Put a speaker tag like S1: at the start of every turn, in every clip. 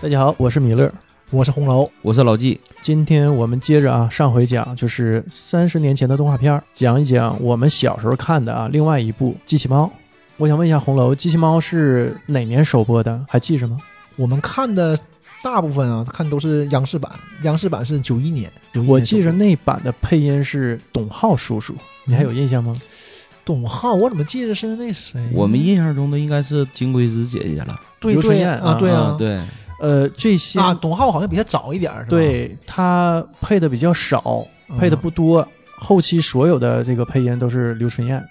S1: 大家好，我是米勒，
S2: 我是红楼，
S3: 我是老纪，
S1: 今天我们接着啊，上回讲就是三十年前的动画片儿，讲一讲我们小时候看的啊，另外一部《机器猫》。我想问一下红楼，《机器猫》是哪年首播的？还记着吗？
S2: 我们看的大部分啊，看都是央视版，央视版是九一年，91年
S1: 我记
S2: 首
S1: 着
S2: 播
S1: 那版的配音是董浩叔叔，你还有印象吗？
S2: 董浩，我怎么记得是那谁？
S3: 我们印象中的应该是金龟子姐姐了。
S2: 对
S1: 刘春
S2: 对
S1: 燕
S2: 啊，
S1: 啊
S2: 对
S3: 啊，
S2: 啊，
S3: 对，
S1: 呃，这些、
S2: 啊，董浩好像比他早一点儿，是吧，
S1: 对他配的比较少，
S2: 嗯
S1: 配的不多。后期所有的这个配音都是刘春燕，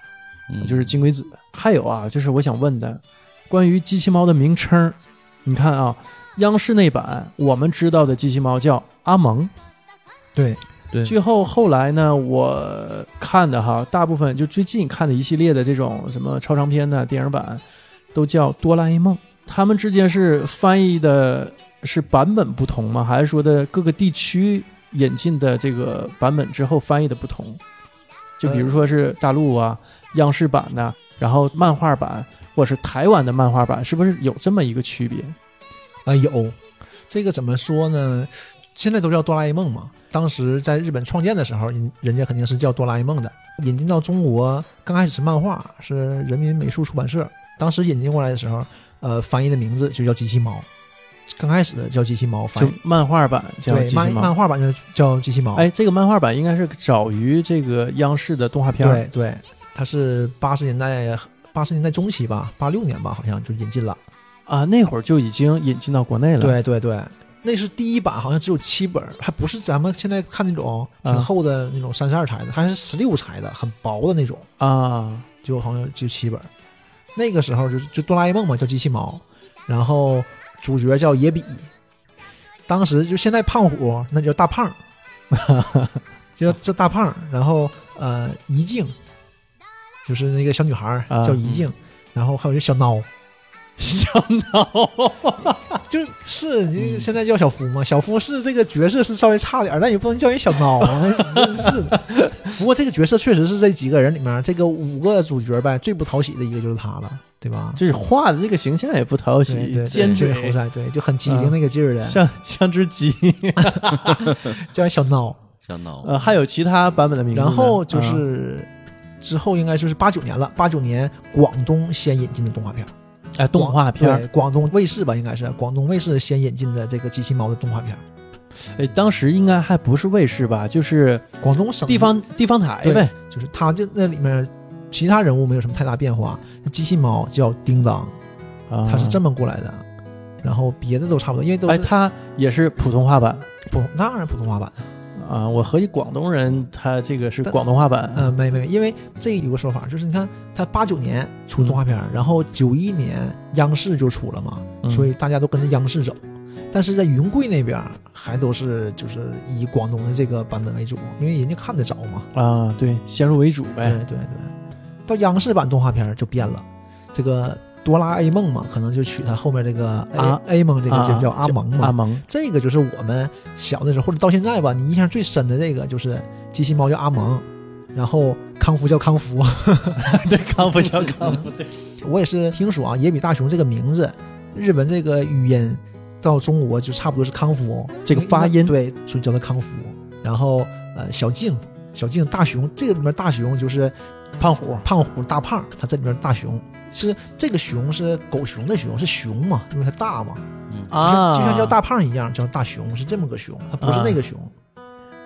S3: 嗯
S1: 就是金龟子。还有啊，就是我想问的，关于机器猫的名称儿，你看啊，央视那版我们知道的机器猫叫阿蒙，
S2: 对，
S3: 对
S1: 最后后来呢，我看的哈，大部分就最近看的一系列的这种什么超长篇的电影版，都叫哆啦 A 梦。他们之间是翻译的是版本不同吗？还是说的各个地区引进的这个版本之后翻译的不同？就比如说是大陆啊、央视版的，然后漫画版或者是台湾的漫画版，是不是有这么一个区别？
S2: 啊有，这个怎么说呢？现在都叫哆啦 A 梦嘛，当时在日本创建的时候，人人家肯定是叫哆啦 A 梦的。引进到中国，刚开始是漫画，是人民美术出版社。当时引进过来的时候，呃，翻译的名字就叫机器猫，刚开始的叫机器猫翻
S1: 就
S2: 译，
S1: 漫画版叫
S2: 对
S1: 机器
S2: 漫
S1: 猫
S2: 漫。画版就叫机器猫。
S1: 哎，这个漫画版应该是早于这个央视的动画片儿。
S2: 对对，它是八十年代八十年代中期吧，八六年吧，好像就引进了。
S1: 啊，那会儿就已经引进到国内了。，
S2: 对对对，那是第一版，好像只有七本儿，还不是咱们现在看那种
S1: 啊
S2: 挺厚的那种三十二裁的，它是十六裁的，很薄的那种，
S1: 啊，
S2: 就好像就七本儿。那个时候就是就哆啦 A 梦嘛，叫机器猫，然后主角叫野比，当时就现在胖虎那叫大胖儿， 就叫叫大胖儿，然后呃怡静，就是那个小女孩儿
S1: 啊
S2: 叫怡静，然后还有一个小孬，
S1: 小脑
S2: 就是你
S3: 嗯
S2: 现在叫小夫嘛，小夫是这个角色是稍微差点儿，但也不能叫人小孬啊，真是的。不过这个角色确实是这几个人里面，这个五个主角呗，最不讨喜的一个就是他了，对吧？
S1: 就是画的这个形象也不讨
S2: 对
S1: 喜，
S2: 对
S1: 尖
S2: 对对
S1: 嘴嗯
S2: 猴， 腮，对，就很机灵那个劲儿的，
S1: 像像只鸡。
S2: 叫人小孬。
S3: 小脑
S1: 呃，还有其他版本的名字呢。
S2: 然后就
S1: 啊
S2: 是之后应该就是八九年了，八九年广东先引进的动画片儿，
S1: 哎，动画片儿
S2: 对，广东卫视吧，应该是广东卫视先引进的这个机器猫的动画片儿，
S1: 哎，当时应该还不是卫视吧，就是
S2: 广东省
S1: 地方地方台
S2: 对
S1: 呗。
S2: 就是他这那里面其他人物没有什么太大变化，机器猫叫叮当，
S1: 啊，
S2: 他是这么过来的，然后别的都差不多，因为都
S1: 哎，
S2: 是
S1: 他也是普通话版
S2: 普通当然普通话版，
S1: 啊。我合计广东人他这个是
S2: 但
S1: 广东话版。
S2: 嗯、没没没，因为这有个说法就是你看他八九年出动画片儿，然后九一年央视就出了嘛，
S1: 嗯
S2: 所以大家都跟着央视走。但是在云贵那边儿还都是就是以广东的这个版本为主，因为人家看得早嘛。
S1: 啊，对，先入为主呗。
S2: 对对对，到央视版动画片儿就变了，这个哆啦 A 梦嘛，可能就取它后面这个 A、
S1: 啊
S2: A 梦这个
S1: 啊
S2: 就叫阿蒙嘛。
S1: 阿蒙
S2: 这个就是我们小的时候或者到现在吧，你印象最深的这个就是机器猫叫阿蒙，然后康夫叫康夫。
S1: 对，康复叫康复， 对，
S2: 我也是听说啊，野比大雄这个名字，日本这个语音到中国就差不多是康哦夫
S1: 这个发音
S2: 对，所以叫他康夫。然后呃，小静，小静大雄，这个里面大雄就是
S1: 胖虎
S2: 胖虎大胖，他这里面大熊是这个熊是狗熊的熊，是熊嘛，因为它大嘛，
S3: 嗯
S1: 啊，
S2: 就像就像叫大胖一样，叫大熊，是这么个熊，它不是那个熊。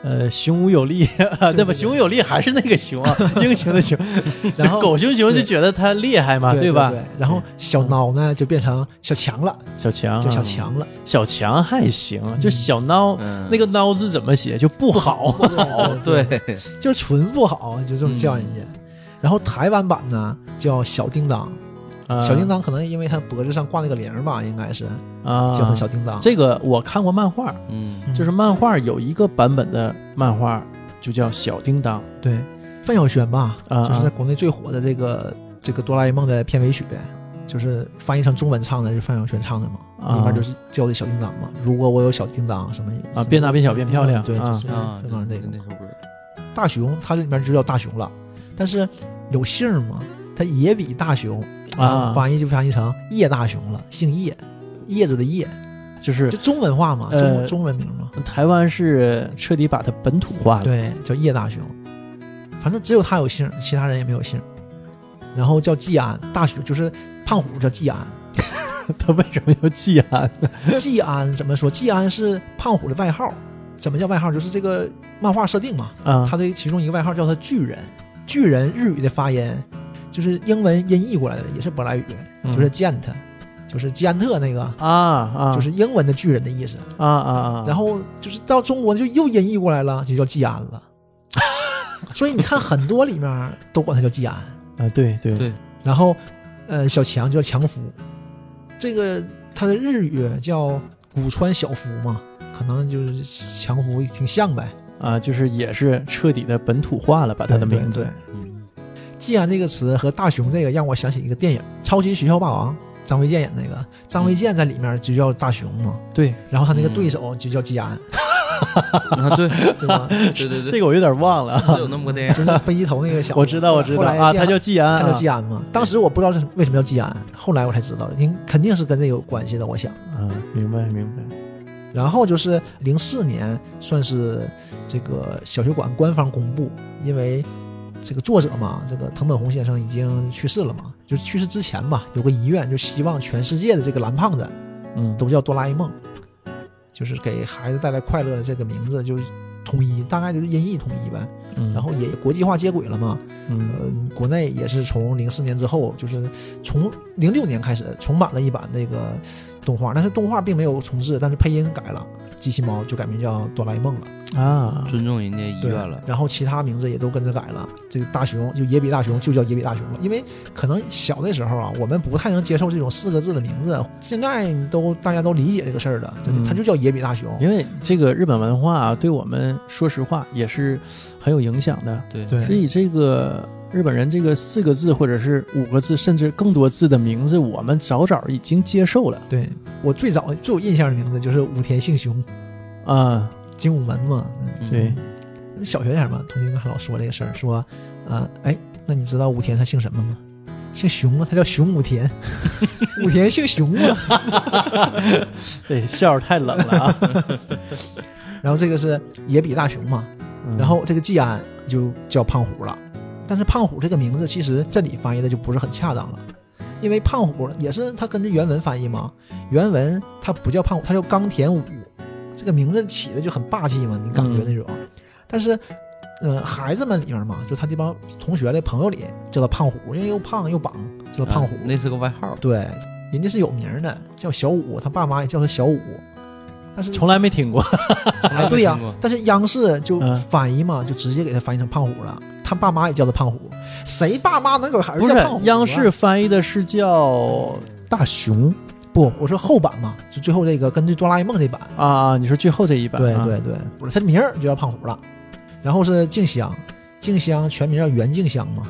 S1: 呃，雄武有力， 啊
S2: 对
S1: 那么
S2: 对
S1: 雄武有力还是那个熊啊，英雄 的雄。
S2: 然后
S1: 就狗熊熊就
S2: 对
S1: 觉得他厉害嘛，
S2: 对
S1: 吧？啊
S2: 对然后小孬呢就变成小强了，
S1: 小强，
S2: 就小强了，
S1: 小强还行，就小孬，
S3: 嗯
S1: 那个孬字怎么写就不好。
S2: 好
S3: 哦对，
S2: 就是纯不好，就这么叫人家。
S1: 嗯
S2: 然后台湾版呢叫小叮当，
S1: 啊
S2: 小叮当可能因为他脖子上挂那个铃儿吧，应该是
S1: 啊，
S2: 叫他小叮当。
S1: 这个我看过漫画，
S3: 嗯，
S1: 就是漫画有一个版本的漫画就叫小叮当
S2: 对范晓萱吧，
S1: 啊
S2: 就是在国内最火的这个这个哆啦 A 梦的片尾曲，就是翻译成中文唱的，就是范晓萱唱的嘛，
S1: 啊
S2: 里面就是叫的小叮当嘛。如果我有小叮当什么
S1: 啊，变大变小变漂亮
S2: 嗯对，就
S1: 啊
S2: 是
S3: 啊，
S2: 这么那
S3: 那
S2: 个
S3: 那首歌，
S2: 大熊，它这里面就叫大熊了，但是有姓儿嘛，它也比大熊
S1: 啊
S2: 翻译就翻译成叶大熊了，姓叶，叶子的叶，
S1: 就是
S2: 就中文化嘛，
S1: 呃
S2: 中中文名嘛，
S1: 台湾是彻底把它本土化了。
S2: 对，叫叶大雄，反正只有他有姓，其他人也没有姓。然后叫季安，大雄就是胖虎 叫季安，
S1: 他为什么要啊忌安呢？
S2: 季安怎么说？季安是胖虎的外号，怎么叫外号？就是这个漫画设定嘛，
S1: 啊
S2: 他的其中一个外号叫他巨人，巨人日语的发音就是英文音译过来的，也是舶来语，
S1: 嗯
S2: 就是 Gent，、就是吉安特那个，
S1: 啊啊，
S2: 就是英文的巨人的意思。
S1: 啊啊啊，
S2: 然后就是到中国就又音译过来了，就叫季安 了。所以你看很多里面都管他叫季安，
S1: 啊，对对
S3: 对
S2: 然后呃小强就叫强夫，这个他的日语叫古川小夫嘛，可能就是强夫挺像呗，
S1: 啊，就是也是彻底的本土化了，把他的
S2: 对
S1: 名字
S2: 对
S3: 嗯
S2: 既然这个词和大雄这个让我想起一个电影《超级学校霸王》，张卫健演那个，张卫健在里面就叫大雄嘛，
S1: 对
S2: 然后他那
S1: 嗯
S2: 个对手就叫季安，
S3: 啊，对
S2: 对吧？
S3: 对对对，
S1: 这个我有点忘了啊，
S3: 是有那么个电
S2: 就
S3: 影，
S2: 是飞机头那个小子，
S1: 我知道我知道
S2: 后来
S1: 啊，
S2: 变
S1: 他叫季安
S2: 他
S1: 啊
S2: 叫季安嘛。当时我不知道是为什么叫季安，后来我才知道，应肯定是跟这有关系的，我想。
S1: 啊，明白明白，
S2: 然后就是零四年，算是这个小学馆官方公布，因为这个作者嘛，这个藤本弘先生已经去世了嘛，就是去世之前吧，有个遗愿，就希望全世界的这个蓝胖子
S1: 嗯，
S2: 都叫哆啦 A 梦，就是给孩子带来快乐的这个名字就是统一，大概就是音译统一呗。
S1: 嗯
S2: 然后也国际化接轨了嘛，
S1: 嗯
S2: 呃，国内也是从零四年之后，就是从零六年开始重版了一版那个动画，但是动画并没有重置，但是配音改了，机器猫就改名叫哆啦 A 梦了，
S1: 啊，
S3: 尊重人家遗
S2: 对
S3: 愿了。
S2: 然后其他名字也都跟着改了，这个大雄就野比大雄就叫野比大雄了，因为可能小的时候啊，我们不太能接受这种四个字的名字，现在都大家都理解这个事儿了，就
S1: 嗯
S2: 他就叫野比大雄，
S1: 因为这个日本文化啊，对我们说实话也是很有影响的，
S3: 对，
S1: 所以这个日本人这个四个字或者是五个字甚至更多字的名字，我们早早已经接受了
S2: 对我最早最有印象的名字就是武田信雄，
S1: 啊，
S2: 精武门嘛，嗯
S3: 嗯
S1: 对，
S2: 小学点儿嘛，同学们还老说这个事儿，说，啊，哎，那你知道武田他姓什么吗？姓熊啊，他叫熊武田， 武田姓熊啊。
S1: 对，笑话太冷了啊，
S2: 然后这个是野比大雄嘛，
S1: 嗯
S2: 然后这个季安就叫胖虎了。但是胖虎这个名字其实这里翻译的就不是很恰当了，因为胖虎也是他根据原文翻译嘛，原文他不叫胖虎，他叫冈田武，这个名字起的就很霸气嘛，你感
S3: 嗯
S2: 觉那种。但是，呃，孩子们里面嘛，就他这帮同学的朋友里叫他胖虎，因为又胖又绑，叫他胖虎。
S3: 啊那是个外号，
S2: 对，人家是有名的，叫小五，他爸妈也叫他小五。但是
S1: 从来没听过，
S3: 从来没
S2: 啊对 呀、
S3: 听过
S2: 但是央视就
S1: 嗯
S2: 翻译嘛，就直接给他翻译成胖虎了。他爸妈也叫他胖虎，谁爸妈能给孩子
S1: 不
S2: 叫
S1: 是
S2: 胖虎啊、
S1: 央视翻译的是叫大熊
S2: 不，我说后版嘛，就最后这个根据哆啦 A 梦这版，
S1: 啊，你说最后这一版
S2: 对
S1: 啊，
S2: 对对，我说他名儿就叫胖虎了。然后是静香，静香全名叫袁静香嘛。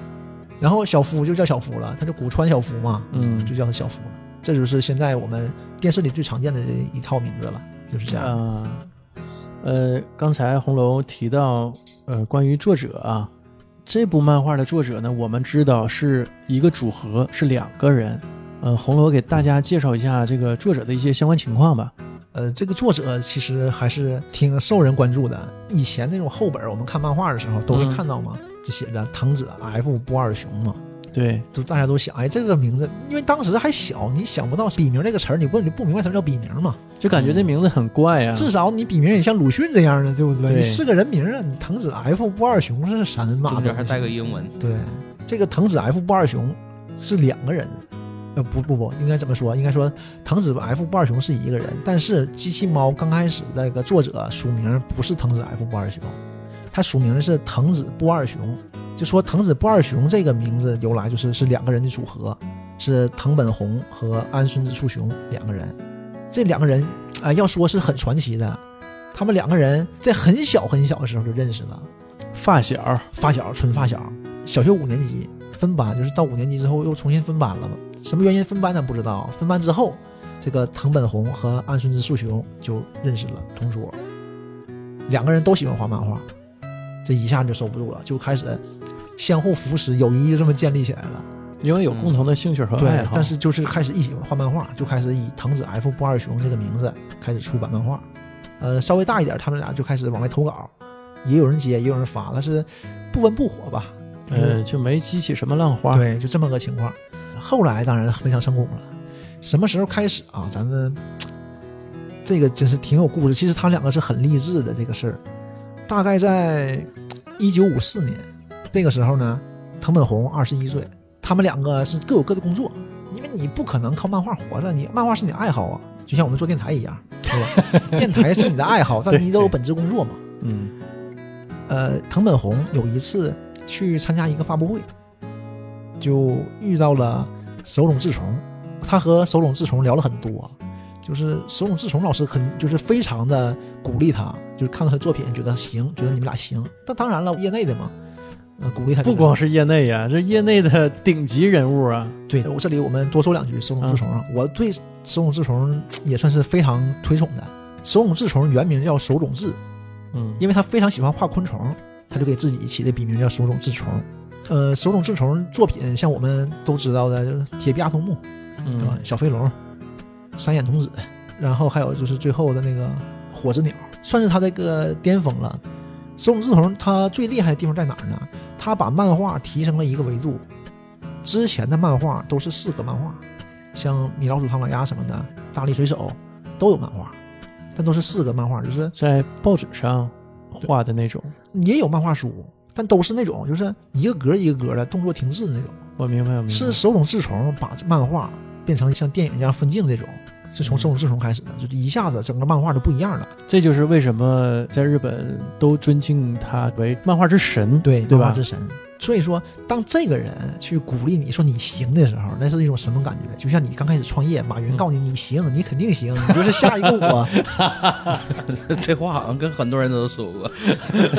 S2: 然后小夫就叫小夫了，他就古川小夫嘛，
S1: 嗯
S2: 就叫他小夫了。这就是现在我们电视里最常见的一套名字了，就是这样。
S1: 啊，呃，刚才红楼提到，呃，关于作者啊，这部漫画的作者呢，我们知道是一个组合，是两个人。呃，红楼给大家介绍一下这个作者的一些相关情况吧。
S2: 呃，这个作者其实还是挺受人关注的。以前那种厚本儿，我们看漫画的时候都会
S1: 嗯
S2: 看到嘛，就写着藤子啊 F 不二雄嘛，
S1: 对，
S2: 就大家都想，哎，这个名字，因为当时还小，你想不到笔名这个词儿，你不你不明白什么叫笔名嘛。
S1: 就感觉嗯这名字很怪啊。
S2: 至少你笔名也像鲁迅这样的，对不嗯对？
S1: 对
S2: 你是个人名啊，你藤子 F 不二雄是啥
S3: 中
S2: 妈的？
S3: 间还带个英文，
S2: 对，嗯这个藤子 F 不二雄是两个人，呃，不不不，应该怎么说？应该说藤子 F 不二雄是一个人，但是机器猫刚开始那个作者署名不是藤子 F 不二雄，他署名是藤子不二雄，就说藤子不二雄这个名字由来就是是两个人的组合，是藤本弘和安孙子素雄两个人，这两个人啊、要说是很传奇的。他们两个人在很小很小的时候就认识了，
S1: 发小，
S2: 发小，纯发小，小学五年级分班，就是到五年级之后又重新分班了嘛。什么原因分班咱不知道。分班之后，这个藤本弘和安孙子素雄就认识了，同桌，两个人都喜欢画漫画，这一下就收不住了，就开始相互扶持，友谊就这么建立起来了。
S1: 因为有共同的兴趣和爱
S2: 嗯对，
S1: 好。
S2: 但是就是开始一起画漫画，就开始以藤子 F 不二雄这个名字开始出版漫画。呃，稍微大一点，他们俩就开始往外投稿，也有人接，也有人发，但是不温不火吧。
S1: 嗯，就没激起什么浪花。
S2: 对，就这么个情况。后来当然非常成功了。什么时候开始啊？咱们这个真是挺有故事。其实他们两个是很励志的这个事儿。大概在一九五四年，这个时候呢，藤本弘二十一岁，他们两个是各有各的工作，因为你不可能靠漫画活着，你漫画是你的爱好啊，就像我们做电台一样，对吧？ 电台是你的爱好，但你都有本职工作嘛。
S1: 嗯
S2: 呃，藤本弘有一次去参加一个发布会，就遇到了手冢治虫，他和手冢治虫聊了很多，就是手冢治虫老师很就是非常的鼓励他，就是看到他作品觉得行，觉得你们俩行。但当然了，业内的嘛，呃，鼓励他
S1: 不光是业内呀、这业内的顶级人物啊，
S2: 对我这里我们多说两句手冢治虫啊，
S1: 嗯
S2: 我对手冢治虫也算是非常推崇的。手冢治虫原名叫手冢治，
S1: 嗯，
S2: 因为他非常喜欢画昆虫，他就给自己起的笔名叫手冢治虫。呃，手冢治虫作品像我们都知道的，就是《铁臂阿童木》对
S1: 嗯
S2: 吧？啊小飞龙、三眼童子，然后还有就是最后的那个火之鸟，算是他这个巅峰了。手冢治虫他最厉害的地方在哪儿呢？他把漫画提升了一个维度。之前的漫画都是四格漫画，像《米老鼠唐老鸭》什么的，《大力水手》都有漫画，但都是四格漫画，就是
S1: 在报纸上画的那种，
S2: 也有漫画书，但都是那种就是一个格一个格的动作停滞的那种。
S1: 我明白，我明白。
S2: 是手冢治虫把漫画变成像电影一样分镜这种，是从手冢治虫开始的，就是一下子整个漫画就不一样了。
S1: 这就是为什么在日本都尊敬他为漫画之神。
S2: 对
S1: 对吧
S2: 漫画之神。所以说，当这个人去鼓励你说你行的时候，那是一种什么感觉？就像你刚开始创业，马云告诉你你行，你肯定行，你就是下一个我。
S3: 这话好像跟很多人都说过，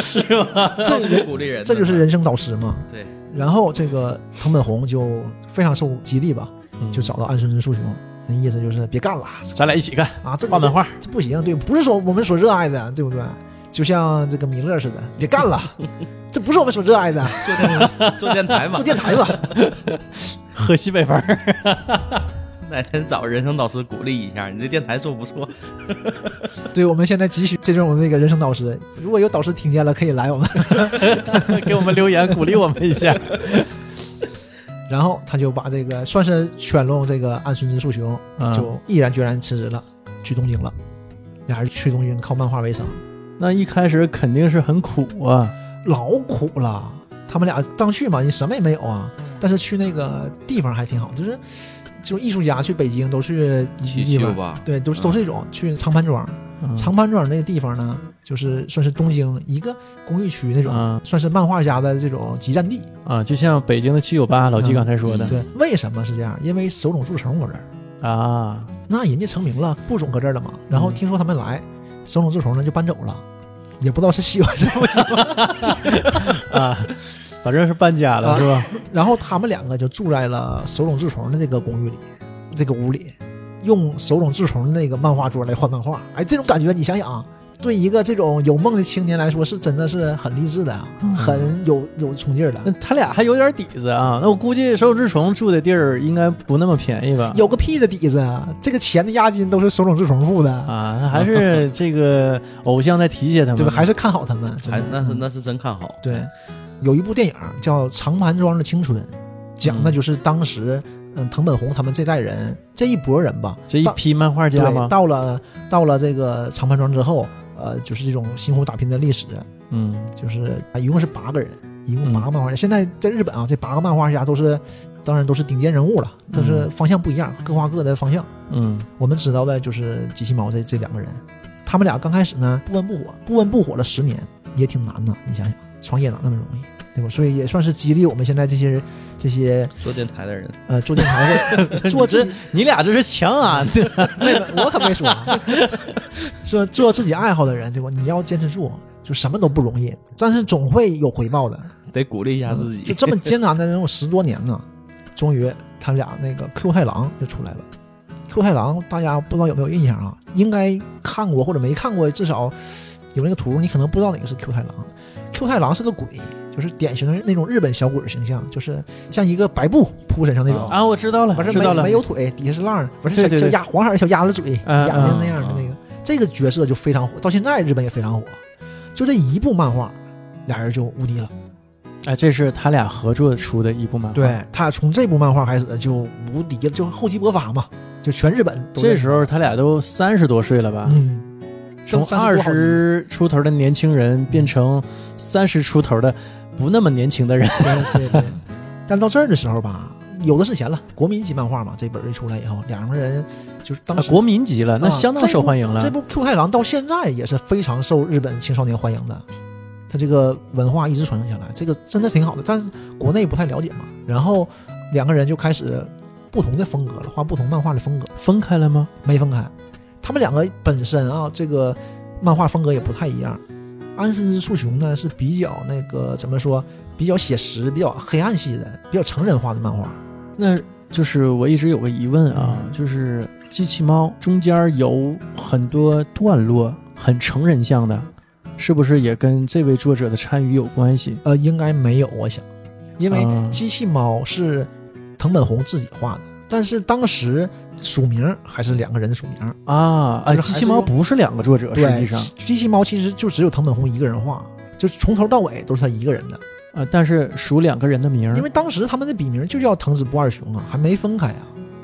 S1: 是吗？
S3: 这是鼓励人的，
S2: 这就是人生导师嘛。
S3: 对。
S2: 然后这个藤本弘就非常受激励吧，就找到安孙子树雄，那意思就是别干了
S1: 嗯咱俩一起干
S2: 啊，这个
S1: 画漫画。
S2: 这不行，对，不是说我们所热爱的，对不对？就像这个米勒似的，别干了，这不是我们所热爱的，
S3: 做电做电台嘛
S2: 做，电台吧。
S1: 喝西北风 儿。
S3: 哪天找人生导师鼓励一下，你这电台做不错，
S2: 对，我们现在急需这种那个人生导师，如果有导师听见了，可以来我们。
S1: 给我们留言鼓励我们一下。
S2: 然后他就把这个算是圈拢这个安孙子树雄，
S1: 嗯
S2: 就毅然决然辞职了，去东京了。俩人去东京靠漫画为生，
S1: 那一开始肯定是很苦啊，
S2: 老苦了。他们俩刚去嘛，你什么也没有啊，但是去那个地方还挺好，就是就是艺术家去北京都去一地方，
S3: 吧。
S2: 对，都是都是这种去长潘庄，
S1: 嗯
S2: 长潘庄那个地方呢，就是算是东京一个公寓区那种，
S1: 啊
S2: 算是漫画家的这种集散地。
S1: 啊，就像北京的七九八，老纪刚才说的、
S2: 嗯对，为什么是这样？因为手冢治虫搁这儿，
S1: 啊，
S2: 那人家成名了，不总搁这儿了嘛。然后听说他们来，手冢治虫呢就搬走了，也不知道是喜欢什么。
S1: 啊，反正是搬家了、
S2: 啊
S1: 是吧？
S2: 然后他们两个就住在了手冢治虫的这个公寓里，这个屋里，用手冢治虫的那个漫画桌来画漫画。哎，这种感觉你想想啊，对一个这种有梦的青年来说，是真的是很励志的啊，
S1: 嗯
S2: 很有有冲劲儿的
S1: 那。他俩还有点底子啊，那我估计手冢治虫住的地儿应该不那么便宜吧？
S2: 有个屁的底子啊！这个钱的押金都是手冢治虫付的，
S1: 啊，嗯那还是这个偶像在提携他们，
S2: 对吧？还是看好他们，真的嗯
S3: 还
S1: 嗯
S3: 那是那是真看好，
S2: 对。有一部电影叫《长盘庄的青春》，讲的就是当时嗯藤本弘他们这代人这一波人吧，
S1: 这一
S2: 到
S1: 批漫画
S2: 对
S1: 家吗？
S2: 到了到了这个长盘庄之后，呃，就是这种辛苦打拼的历史，
S1: 嗯，
S2: 就是啊一共是八个人，一共
S1: 嗯
S2: 八个漫画家。现在在日本啊，这八个漫画家都是当然都是顶尖人物了，但是
S1: 嗯
S2: 方向不一样，各花各的方向。
S1: 嗯
S2: 我们知道的就是机器猫这这两个人，他们俩刚开始呢不温不火，不温不火了十年也挺难的。你想想，创业哪那么容易，对吧？所以也算是激励我们现在这些这些
S3: 做电台的人，
S2: 呃做电 台的做自己，
S1: 你俩这是强 啊！
S2: 那个我可没说 啊，说做自己爱好的人，对吧？你要坚持住，就什么都不容易，但是总会有回报的。
S3: 得鼓励一下自己。
S2: 就这么艰难的那种十多年呢，终于他俩那个 Q 太郎就出来了。Q 太郎大家不知道有没有印象啊？应该看过或者没看过，至少有那个图，你可能不知道哪个是 Q 太郎。Q 太郎是个鬼，就是典型的那种日本小鬼儿形象，就是像一个白布铺身上那种，
S3: 啊
S1: 啊，我知道了，
S2: 完事
S1: 知
S2: 没
S1: 道了
S2: 没有腿，底下是浪儿，不是
S1: 对
S2: 小
S1: 对
S2: 小
S1: 对
S2: 鸭黄色儿小鸭子嘴，
S1: 嗯
S2: 眼睛那样的那个，这个角色就非常火，到现在日本也非常火，就这一部漫画，俩人就无敌了。
S1: 哎，这是他俩合作出的一部漫画。，
S2: 对啊他从这部漫画开始就无敌了，就厚积薄发嘛，就全日本都在
S1: 这时啊候他俩都三十多岁了吧？
S2: 嗯，
S1: 从
S2: 增
S1: 二
S2: 30多好几嗯
S1: 十出头的年轻人变成三十出头的不那么年轻的人。
S2: 对对对。但到这儿的时候吧，有的是钱了。国民级漫画嘛，这本儿一出来以后，两个人就是当
S1: 啊
S2: 时、
S1: 国民级了，那
S2: 啊
S1: 相当受欢迎了。
S2: 这部《Q 太郎》到现在也是非常受日本青少年欢迎的，他这个文化一直传承下来，这个真的挺好的。但是国内不太了解嘛，然后两个人就开始不同的风格了，画不同漫画的风格，
S1: 分开了吗？
S2: 没分开。他们两个本身啊，这个漫画风格也不太一样。安孙子树雄呢是比较那个怎么说，比较写实、比较黑暗系的、比较成人化的漫画。
S1: 那就是我一直有个疑问啊，就是机器猫中间有很多段落很成人向的，是不是也跟这位作者的参与有关系？
S2: 呃，应该没有，我想，因为
S1: 啊
S2: 机器猫是藤本弘自己画的，但是当时署名还是两个人的署名。
S1: 啊，哎，
S2: 就是还
S1: 机
S2: 是
S1: 器猫不是两个作者，实
S2: 对，
S1: 际上
S2: 机器猫其实就只有藤本弘一个人画，就是从头到尾都是他一个人的。
S1: 啊，但是数两个人的名儿，
S2: 因为当时他们的笔名就叫藤子不二雄啊，还没分开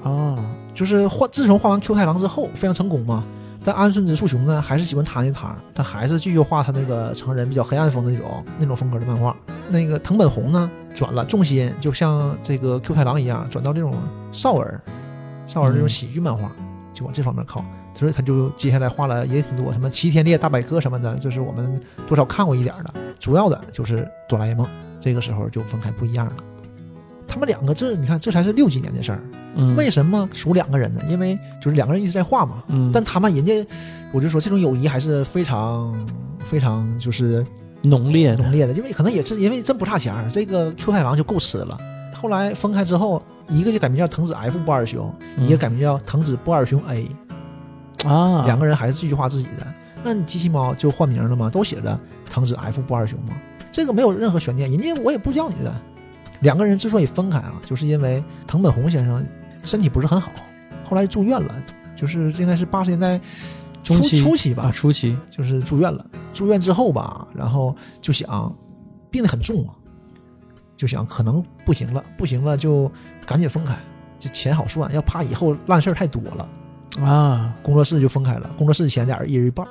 S2: 啊。
S1: 啊，
S2: 就是画，自从画完 Q 太郎之后非常成功嘛。但安顺子树雄呢，还是喜欢他那摊儿，他还是继续画他那个成人比较黑暗风的那种那种风格的漫画。那个藤本弘呢，转了重心，就像这个 Q 太郎一样，转到这种少儿、少儿这种喜剧漫画，就往这方面靠。所以他就接下来画了也挺多，什么《齐天烈大百科》什么的，这是我们多少看过一点儿的。主要的就是《哆啦 A 梦》，这个时候就分开不一样了。他们两个这，你看，这才是六几年的事儿。
S1: 嗯，
S2: 为什么数两个人呢？因为就是两个人一直在画嘛。
S1: 嗯，
S2: 但他们人家，我就说这种友谊还是非常非常就是
S1: 浓烈的
S2: 浓烈的，因为可能也是因为真不差钱儿，这个 Q 太郎就够吃了。后来分开之后，一个就改名叫藤子 F 不二雄，一个改名叫藤子不二雄 A，、
S1: 嗯啊，
S2: 两个人还是继续画自己的。那你机器猫就换名了嘛，都写着藤子 F 不二雄嘛，这个没有任何悬念，人家我也不要你的。两个人之所以分开啊，就是因为藤本弘先生身体不是很好，后来住院了，就是应该是八十年代初
S1: 中期
S2: 初期吧，
S1: 啊，初期
S2: 就是住院了。住院之后吧，然后就想病得很重啊，就想可能不行了，不行了就赶紧分开，这钱好算，要怕以后烂事儿太多了。
S1: 啊，
S2: 工作室就分开了，工作室钱俩人一人一半儿，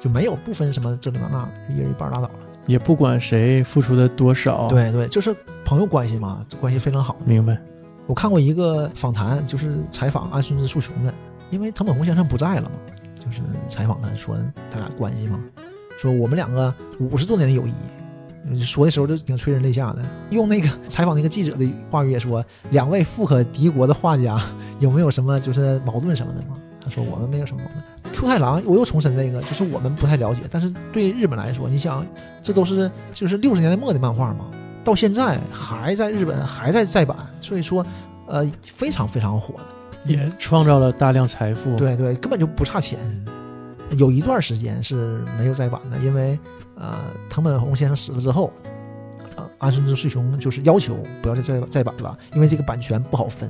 S2: 就没有不分什么这这那那的，就一人一半儿拉倒了。
S1: 也不管谁付出的多少，，
S2: 对对，就是朋友关系嘛，关系非常好。
S1: 明白，
S2: 我看过一个访谈，就是采访啊安孙子树雄的，因为藤本弘先生不在了嘛，就是采访他说他俩关系嘛，说我们两个五十多年的友谊。说的时候就挺催人泪下的，用那个采访那个记者的话语也说，两位富可敌国的画家有没有什么就是矛盾什么的吗？他说我们没有什么矛盾。Q 太郎，我又重申这个，就是我们不太了解，但是对日本来说，你想，这都是就是六十年代末的漫画嘛，到现在还在日本还在再版，所以说呃，非常非常火的。
S1: 也创造了大量财富，，
S2: 对对，根本就不差钱。有一段时间是没有再版的，因为呃，藤本弘先生死了之后，呃，安孙子树雄就是要求不要再再再版了，因为这个版权不好分。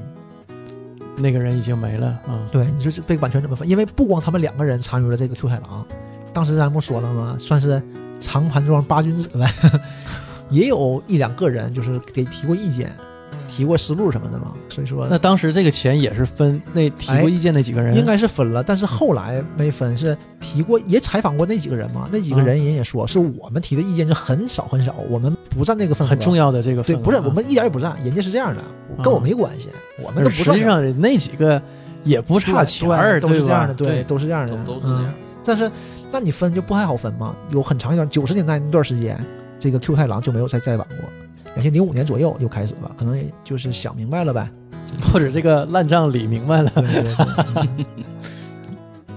S1: 那个人已经没了啊，
S2: 对，你说这这个版权怎么分？因为不光他们两个人参与了这个 Q 太郎，当时咱不说了吗？算是长盘庄八君子呗， 也有一两个人就是给提过意见，提过思路什么的嘛。所以说，
S1: 那当时这个钱也是分那提
S2: 哎
S1: 过意见那几个人，
S2: 应该是分了，但是后来没分，是提过也采访过那几个人嘛，那几个
S1: 啊
S2: 人人也说、是我们提的意见就很少很少，我们不占那个份额，
S1: 很重要的这个
S2: 对，
S1: 份额
S2: 不是
S1: 啊
S2: 我们一点也不占，人家是这样的，跟我没关系，我们
S1: 但
S2: 都
S1: 是
S2: 不
S1: 实
S2: 占
S1: 际上那几个也不差钱儿，
S2: 对对都是这样
S1: 吧
S2: 的，？对，都是这样的，
S3: 都都是这
S2: 嗯
S3: 样。
S2: 但是，那你分就不太好分嘛。有很长一段九十年代那段时间，这个 Q 太郎就没有再再版过。两千零五年左右又开始了，可能也就是想明白了呗。
S1: 或者这个烂账理明白了。
S2: 对对对， 嗯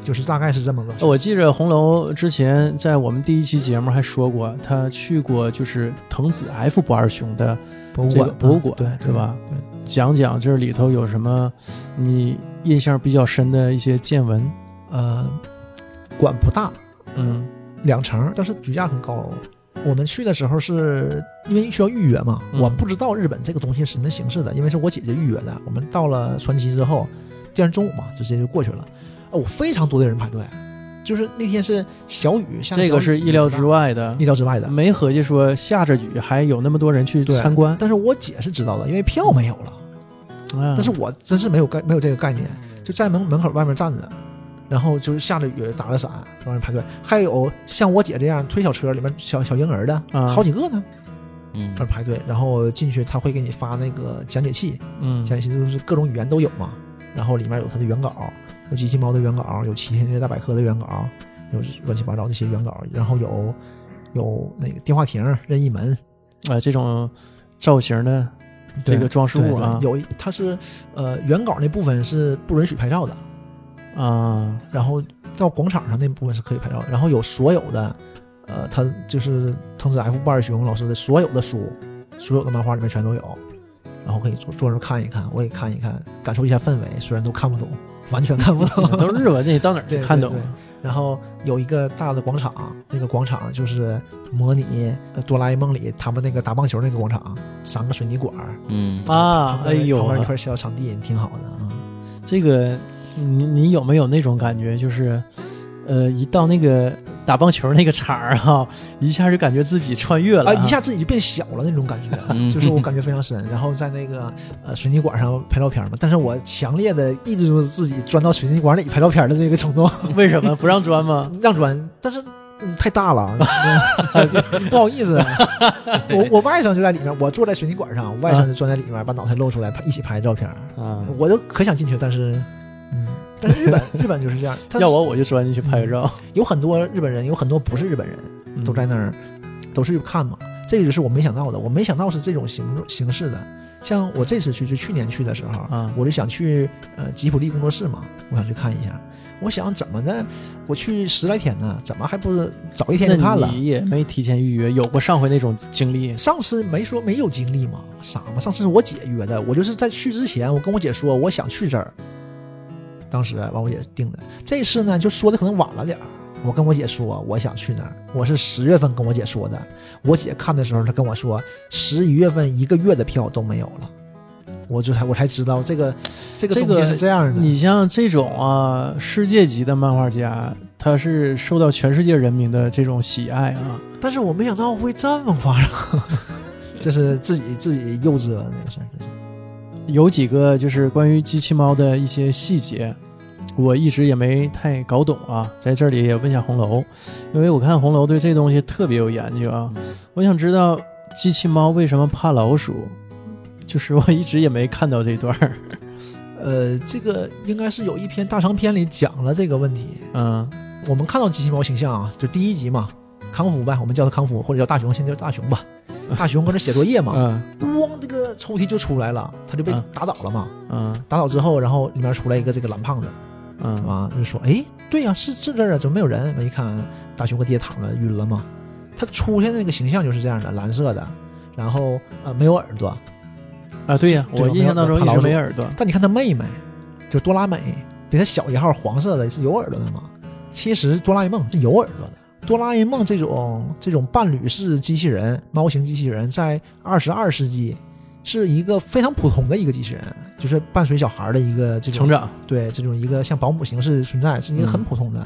S2: 就是大概是这么个事儿。
S1: 我记着红楼之前在我们第一期节目还说过，他去过就是藤子 F 不二雄的
S2: 博物
S1: 这
S2: 馆
S1: 个，博物馆，啊
S2: 嗯对，
S1: 是吧？
S2: 对？
S1: 讲讲这里头有什么你印象比较深的一些见闻。
S2: 呃，馆不大，
S1: 嗯
S2: 两层，但是举架很高，我们去的时候是因为需要预约嘛，
S1: 嗯
S2: 我不知道日本这个东西是什么形式的，因为是我姐姐预约的。我们到了传奇之后，第二天中午嘛，就直接就过去了。哦，非常多的人排队，就是那天是小雨，下
S1: 这个是意料之，外的
S2: 意，料之外的。
S1: 没合计说下着雨还有那么多人去
S2: 对
S1: 参观，
S2: 但是我姐是知道的，因为票没有了。
S1: 但
S2: 但是我真是没有概没有这个概念，就在门门口外面站着，然后就是下着雨打着伞，外面排队。还有像我姐这样推小车里面小小婴儿的，
S1: 啊
S2: 好几个呢，
S3: 嗯
S2: 在那排队。然后进去他会给你发那个讲解器，
S1: 嗯
S2: 讲解器就是各种语言都有嘛。然后里面有他的原稿，有机器猫的原稿，有齐天大百科的原稿，有乱七八糟那些原稿，然后有有那个电话亭、任意门，
S1: 啊这种造型的这
S2: 对
S1: 个装饰
S2: 对
S1: 物
S2: 对
S1: 啊
S2: 有一它是呃原稿那部分是不允许拍照的。
S1: 啊
S2: 然后到广场上那部分是可以拍照的，然后有所有的，呃，他就是藤子 F 不二雄老师的所有的书，所有的漫画里面全都有，然后可以坐坐那儿看一看，我也看一看，感受一下氛围，虽然都看不懂，完全看不懂，
S1: 都是日文，那你到哪儿
S2: 对
S1: 就看懂
S2: 对
S1: 了
S2: 然后有一个大的广场，那个广场就是模拟呃《哆啦 A 梦》里他们那个打棒球那个广场，三个水泥管儿
S3: 嗯
S1: 啊
S2: 旁！
S1: 哎
S2: 边
S1: 呦
S2: 旁边一
S1: 啊，
S2: 块小场地挺好的啊。
S1: 这个你你有没有那种感觉，就是呃一到那个打棒球那个场儿哈，一下就感觉自己穿越了
S2: 啊，
S1: 啊
S2: 一下自己就变小了那种感 觉，
S3: 嗯
S2: 就是我感觉非常深。然后在那个呃水泥管上拍照片嘛，但是我强烈的抑制住自己钻到水泥管里拍照片的那个 冲动，
S1: 啊为什么不让钻吗？
S2: 让钻，但是。嗯太 大了， 不好意思，我我外甥就在里面，我坐在水泥管上，我外甥就钻在里面，把脑袋露出来拍一起拍照片，
S1: 啊，
S2: 我就可想进去，但是，嗯，但是日 本日本就是这样，他
S1: 要我我就钻进去拍个照，
S2: 有很多日本人，有很多不是日本人，
S1: 嗯
S2: 都在那儿，都是看嘛。这个就是我没想到的，我没想到是这种形形式的。像我这次去，就去年去的时候，
S1: 啊
S2: 我就想去呃吉普力工作室嘛，我想去看一下。我想怎么的，我去十来天呢，怎么还不是早一天就看
S1: 那
S2: 了？
S1: 你也没提前预约，有过上回那种经历
S2: 上次没说没有经历嘛，傻嘛？上次是我姐约的，我就是在去之前，我跟我姐说我想去这儿，当时完我姐定的。这次呢，就说的可能晚了点儿。我跟我姐说我想去那儿，我是十月份跟我姐说的。我姐看的时候，她跟我说十一月份一个月的票都没有了，我这才我才知道这个这个
S1: 这
S2: 东
S1: 个
S2: 西是这样的。
S1: 你像这种啊，世界级的漫画家，他是受到全世界人民的这种喜爱啊。
S2: 但是我没想到会这么夸张， 这是自己自己幼稚了那个事儿。这是
S1: 有几个就是关于机器猫的一些细节，我一直也没太搞懂啊，在这里也问一下红楼，因为我看红楼对这东西特别有研究啊。
S2: 嗯
S1: 我想知道机器猫为什么怕老鼠，就是我一直也没看到这段儿。
S2: 呃，这个应该是有一篇大长篇里讲了这个问题。
S1: 嗯
S2: 我们看到机器猫形象啊，就第一集嘛，康福呗，我们叫它康福，或者叫大熊，先叫大熊吧。大熊搁那写作业嘛，
S1: 嗯
S2: 咣、这个抽屉就出来了，他就被
S1: 嗯
S2: 打倒了嘛。
S1: 嗯
S2: 打倒之后，然后里面出来一个这个蓝胖子
S1: 嗯
S2: 啊，就说：“哎，对呀、是是这儿啊，怎么没有人？”我一看，大熊搁地下躺着晕了嘛。他出现的那个形象就是这样的，蓝色的，然后呃没有耳朵，
S1: 啊，对呀、我印象当中一直没耳朵。
S2: 但你看他妹妹，就是哆啦美，比他小一号，黄色的是有耳朵的嘛？其实哆啦 A 梦是有耳朵的。哆啦 A 梦这种这种伴侣式机器人、猫型机器人，在二十二世纪是一个非常普通的一个机器人，就是伴随小孩的一个这种
S1: 成长，嗯
S2: 对这种一个像保姆形式存在，是一个很普通的。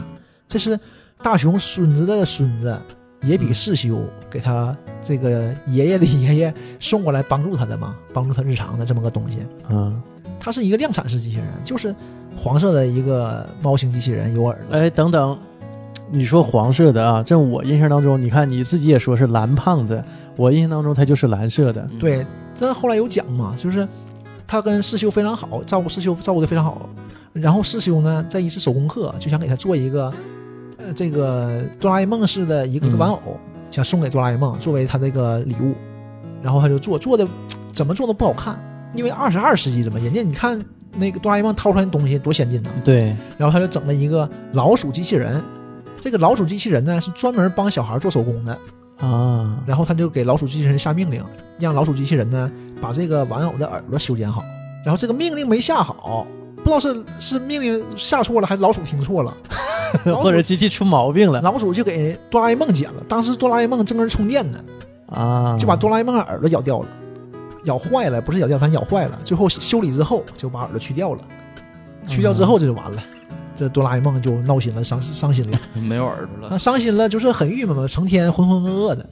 S2: 这是大雄孙子的孙子，也比世修
S1: 嗯
S2: 给他这个爷爷的爷爷送过来帮助他的嘛，帮助他日常的这么个东西。
S1: 嗯，
S2: 它是一个量产式机器人，就是黄色的一个猫型机器人，有耳朵。
S1: 哎，等等，你说黄色的啊，这我印象当中，你看你自己也说是蓝胖子，我印象当中它就是蓝色
S3: 嗯
S1: 的，
S2: 对，但后来有讲嘛，就是他跟世修非常好，照顾世修照顾的非常好。然后世修呢，在一次手工课就想给他做一个，呃，这个哆啦 A 梦式的一个
S1: 嗯
S2: 玩偶，想送给哆啦 A 梦作为他这个礼物。然后他就做，做的怎么做都不好看，因为二十二世纪的嘛，人家你看那个哆啦 A 梦掏出来的东西多先进呐、
S1: 对，
S2: 然后他就整了一个老鼠机器人。这个老鼠机器人呢，是专门帮小孩做手工的。
S1: 啊，
S2: 然后他就给老鼠机器人下命令，让老鼠机器人呢把这个玩偶的耳朵修剪好。然后这个命令没下好，不知道是是命令下错了还是老鼠听错了，老
S1: 或
S2: 鼠
S1: 者机器出毛病了
S2: 老鼠就给哆啦 A 梦剪了。当时哆啦 A 梦正跟人充电呢，
S1: 啊，
S2: 就把哆啦 A 梦的耳朵咬掉了，咬坏了，不是咬掉，反正咬坏了。最后修理之后就把耳朵去掉了，去掉之后这就完了。这哆啦 A 梦就闹心了，伤伤心了。
S3: 嗯没有耳朵
S1: 啊
S3: 了
S2: 那。伤心了就是很郁闷嘛，成天浑浑噩噩的。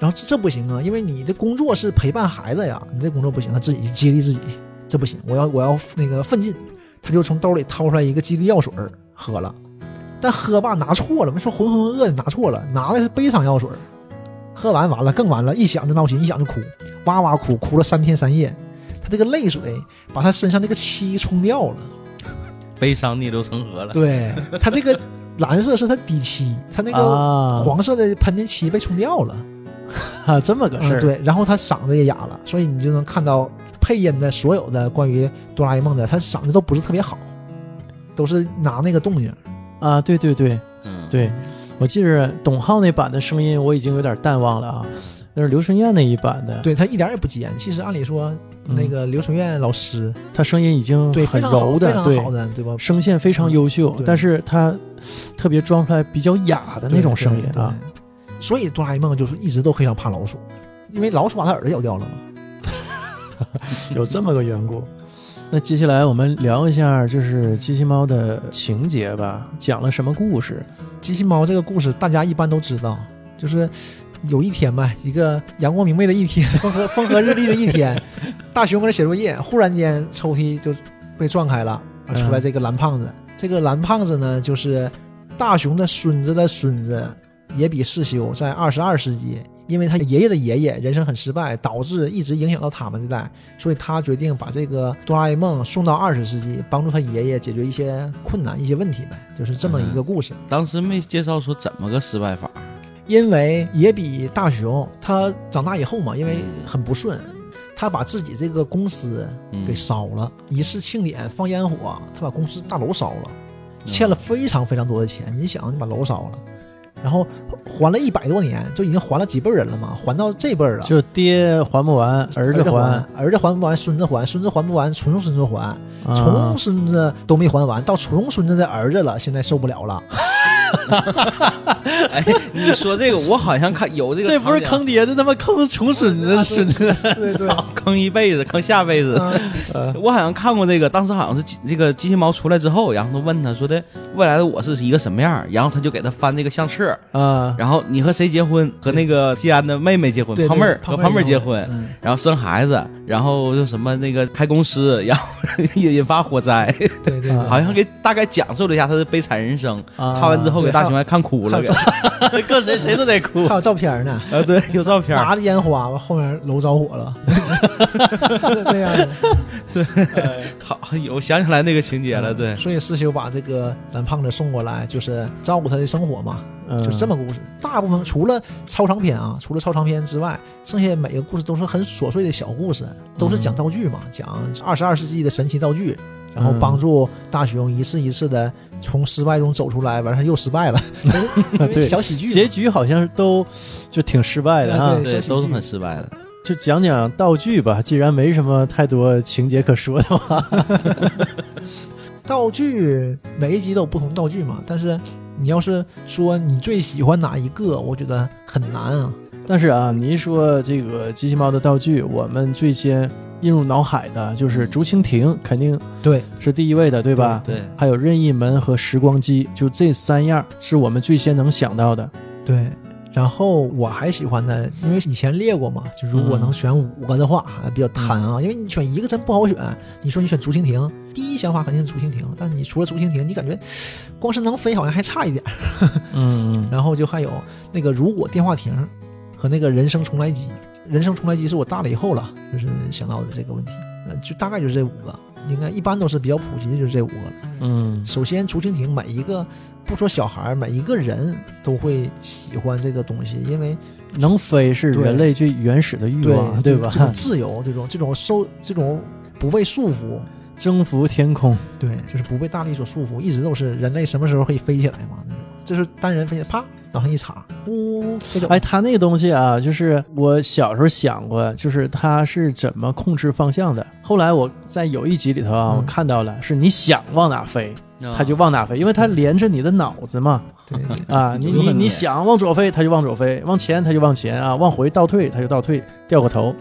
S2: 然后这这不行啊，因为你的工作是陪伴孩子呀，你这工作不行，他自己激励自己，这不行，我要我要那个奋进。他就从兜里掏出来一个激励药水儿喝了，但喝吧拿错了，没说浑浑噩噩拿错了，拿的是悲伤药水儿。喝完完了更完了，一想就闹心，一想就哭，哇哇哭，哭了三天三夜。他这个泪水把他身上那个漆冲掉了。
S3: 悲伤逆流成河了。
S2: 对它这个蓝色是它底漆，它那个
S1: 啊
S2: 黄色的喷的漆被冲掉了。
S1: 啊这么个事
S2: 嗯，
S1: 儿，
S2: 对，然后他嗓子也哑了，所以你就能看到配音的所有的关于哆啦 A 梦的，他嗓子都不是特别好，都是拿那个动静。
S1: 啊，对对对
S3: 嗯，
S1: 对，我记着董浩那版的声音我已经有点淡忘了啊，那是刘春燕那一版的，
S2: 对他一点也不尖。其实按理说，
S1: 嗯
S2: 那个刘纯燕老师
S1: 他声音已经
S2: 对非
S1: 很
S2: 常好
S1: 柔
S2: 非
S1: 的，
S2: 常
S1: 对
S2: 好，的，对吧？
S1: 声线非常优秀
S2: 嗯，对
S1: 但是他特别装出来比较哑的那种声音啊，
S2: 对。对对所以哆啦 A 梦就是一直都非常怕老鼠，因为老鼠把他耳朵咬掉了嘛。
S1: 有这么个缘故。那接下来我们聊一下，就是机器猫的情节吧，讲了什么故事？
S2: 机器猫这个故事大家一般都知道，就是有一天吧，一个阳光明媚的一天，风和风和日丽的一天，大熊搁那写作业，忽然间抽屉就被撞开了，啊出来这个蓝胖子。这个蓝胖子呢，就是大熊的孙子的孙子，也比世修在二十二世纪。因为他爷爷的爷爷人生很失败，导致一直影响到他们这代，所以他决定把这个哆啦 A 梦送到二十世纪，帮助他爷爷解决一些困难、一些问题呗，就是这么一个故事。
S3: 当时没介绍说怎么个失败法，
S2: 因为也比大雄他长大以后嘛，因为
S1: 嗯
S2: 很不顺，他把自己这个公司
S3: 嗯
S2: 给烧了，一次庆典放烟火，他把公司大楼烧了，
S3: 嗯
S2: 欠了非常非常多的钱。你想，你把楼烧了，然后还了一百多年，就已经还了几辈儿人了嘛，还到这辈儿了。
S1: 就爹还不完，儿子还，，
S2: 儿子还不完，孙子还，孙子还不完，重孙子还，
S1: 啊
S2: 重孙子都没还完，到重孙子的儿子了，现在受不了了。
S3: 哎，你说这个我好像看有这个，啊
S1: 这不是坑爹，这他妈坑重孙子孙子。
S2: 对对， 嗯
S3: 坑一辈子，坑下辈子。 呃我好像看过这个，当时好像是机这个机器猫出来之后，然后他问他说的未来的我是一个什么样儿，然后他就给他翻这个相册，
S1: 啊，
S3: 然后你和谁结婚？和那个季安的妹妹结婚，
S2: 对
S3: 胖妹儿
S2: 对
S3: 和胖妹儿结婚，
S2: 嗯
S3: 然后生孩子，然后就什么那个开公司，然后引引发火灾，
S2: 对对对，
S1: 啊
S3: 好像给大概讲述了一下他的悲惨人生。
S1: 啊
S3: 看完 之后给大熊还看哭了，
S2: 还有
S3: 给
S2: 照
S1: 搁谁谁都得 哭
S2: 还有照片呢，
S3: 啊对，有照片儿。
S2: 拿着烟花吧，后面楼着火 了，那样的
S3: 好，有想起来那个情节了，对，
S2: 所以师兄把这个蓝胖子送过来，就是照顾他的生活嘛，
S1: 嗯
S3: 嗯
S2: 就是这么个故事。大部分除了超长篇啊，除了超长篇之外，剩下每个故事都是很琐碎的小故事，都是讲道具
S3: 嗯
S2: 嘛，讲二十二世纪的神奇道具。然后帮助大熊一次一次的从失败中走出来，完事儿又失败 了， 因为
S1: 对
S2: 小喜剧嘛
S1: 嗯结局好像都就挺失败的啊
S2: 啊。
S3: 对，都是很失败的。
S1: 就讲讲道具吧，既然没什么太多情节可说的话，
S2: 道具每一集都有不同道具嘛，但是你要是说你最喜欢哪一个，我觉得很难啊。
S1: 但是啊，你一说这个机器猫的道具，我们最先映入脑海的就是竹蜻蜓，肯定
S2: 对，
S1: 是第一位的，对吧？
S3: 对，
S1: 还有任意门和时光机，就这三样是我们最先能想到的。
S2: 对，然后我还喜欢的，因为以前列过嘛，就如果能选五个的话，还比较贪啊，因为你选一个真不好选。你说你选竹蜻蜓，第一想法肯定是竹蜻蜓，但是你除了竹蜻蜓，你感觉光是能飞好像还差一点儿。
S1: 嗯，
S2: 然后就还有那个如果电话亭和那个人生重来机，人生重来机是我大了以后了，就是想到的这个问题，呃，就大概就是这五个，应该一般都是比较普及的，就是这五个了。
S1: 嗯，
S2: 首先，竹蜻蜓每一个不说小孩儿，每一个人都会喜欢这个东西，因为
S1: 能飞是
S2: 对
S1: 人类最原始的欲
S2: 对
S1: 望，
S2: 这
S1: 对
S2: 这种
S1: 吧？
S2: 自由，这种这种收这种不被束缚，
S1: 征服天空，
S2: 对，就是不被大力所束缚，一直都是人类什么时候可以飞起来嘛那种。这是单人飞机，啪往上一插，呜，飞走了
S1: 哎，它那个东西啊，就是我小时候想过，就是它是怎么控制方向的。后来我在有一集里头啊，
S2: 嗯
S1: 我看到了，是你想往哪飞，
S3: 啊
S1: 它就往哪飞，因为它连着你的脑子嘛。
S2: 对对对
S1: 啊，你
S3: 有可
S1: 你
S3: 能
S1: 你想往左飞，它就往左飞；往前，它就往前啊；往回倒退，它就倒退，掉个头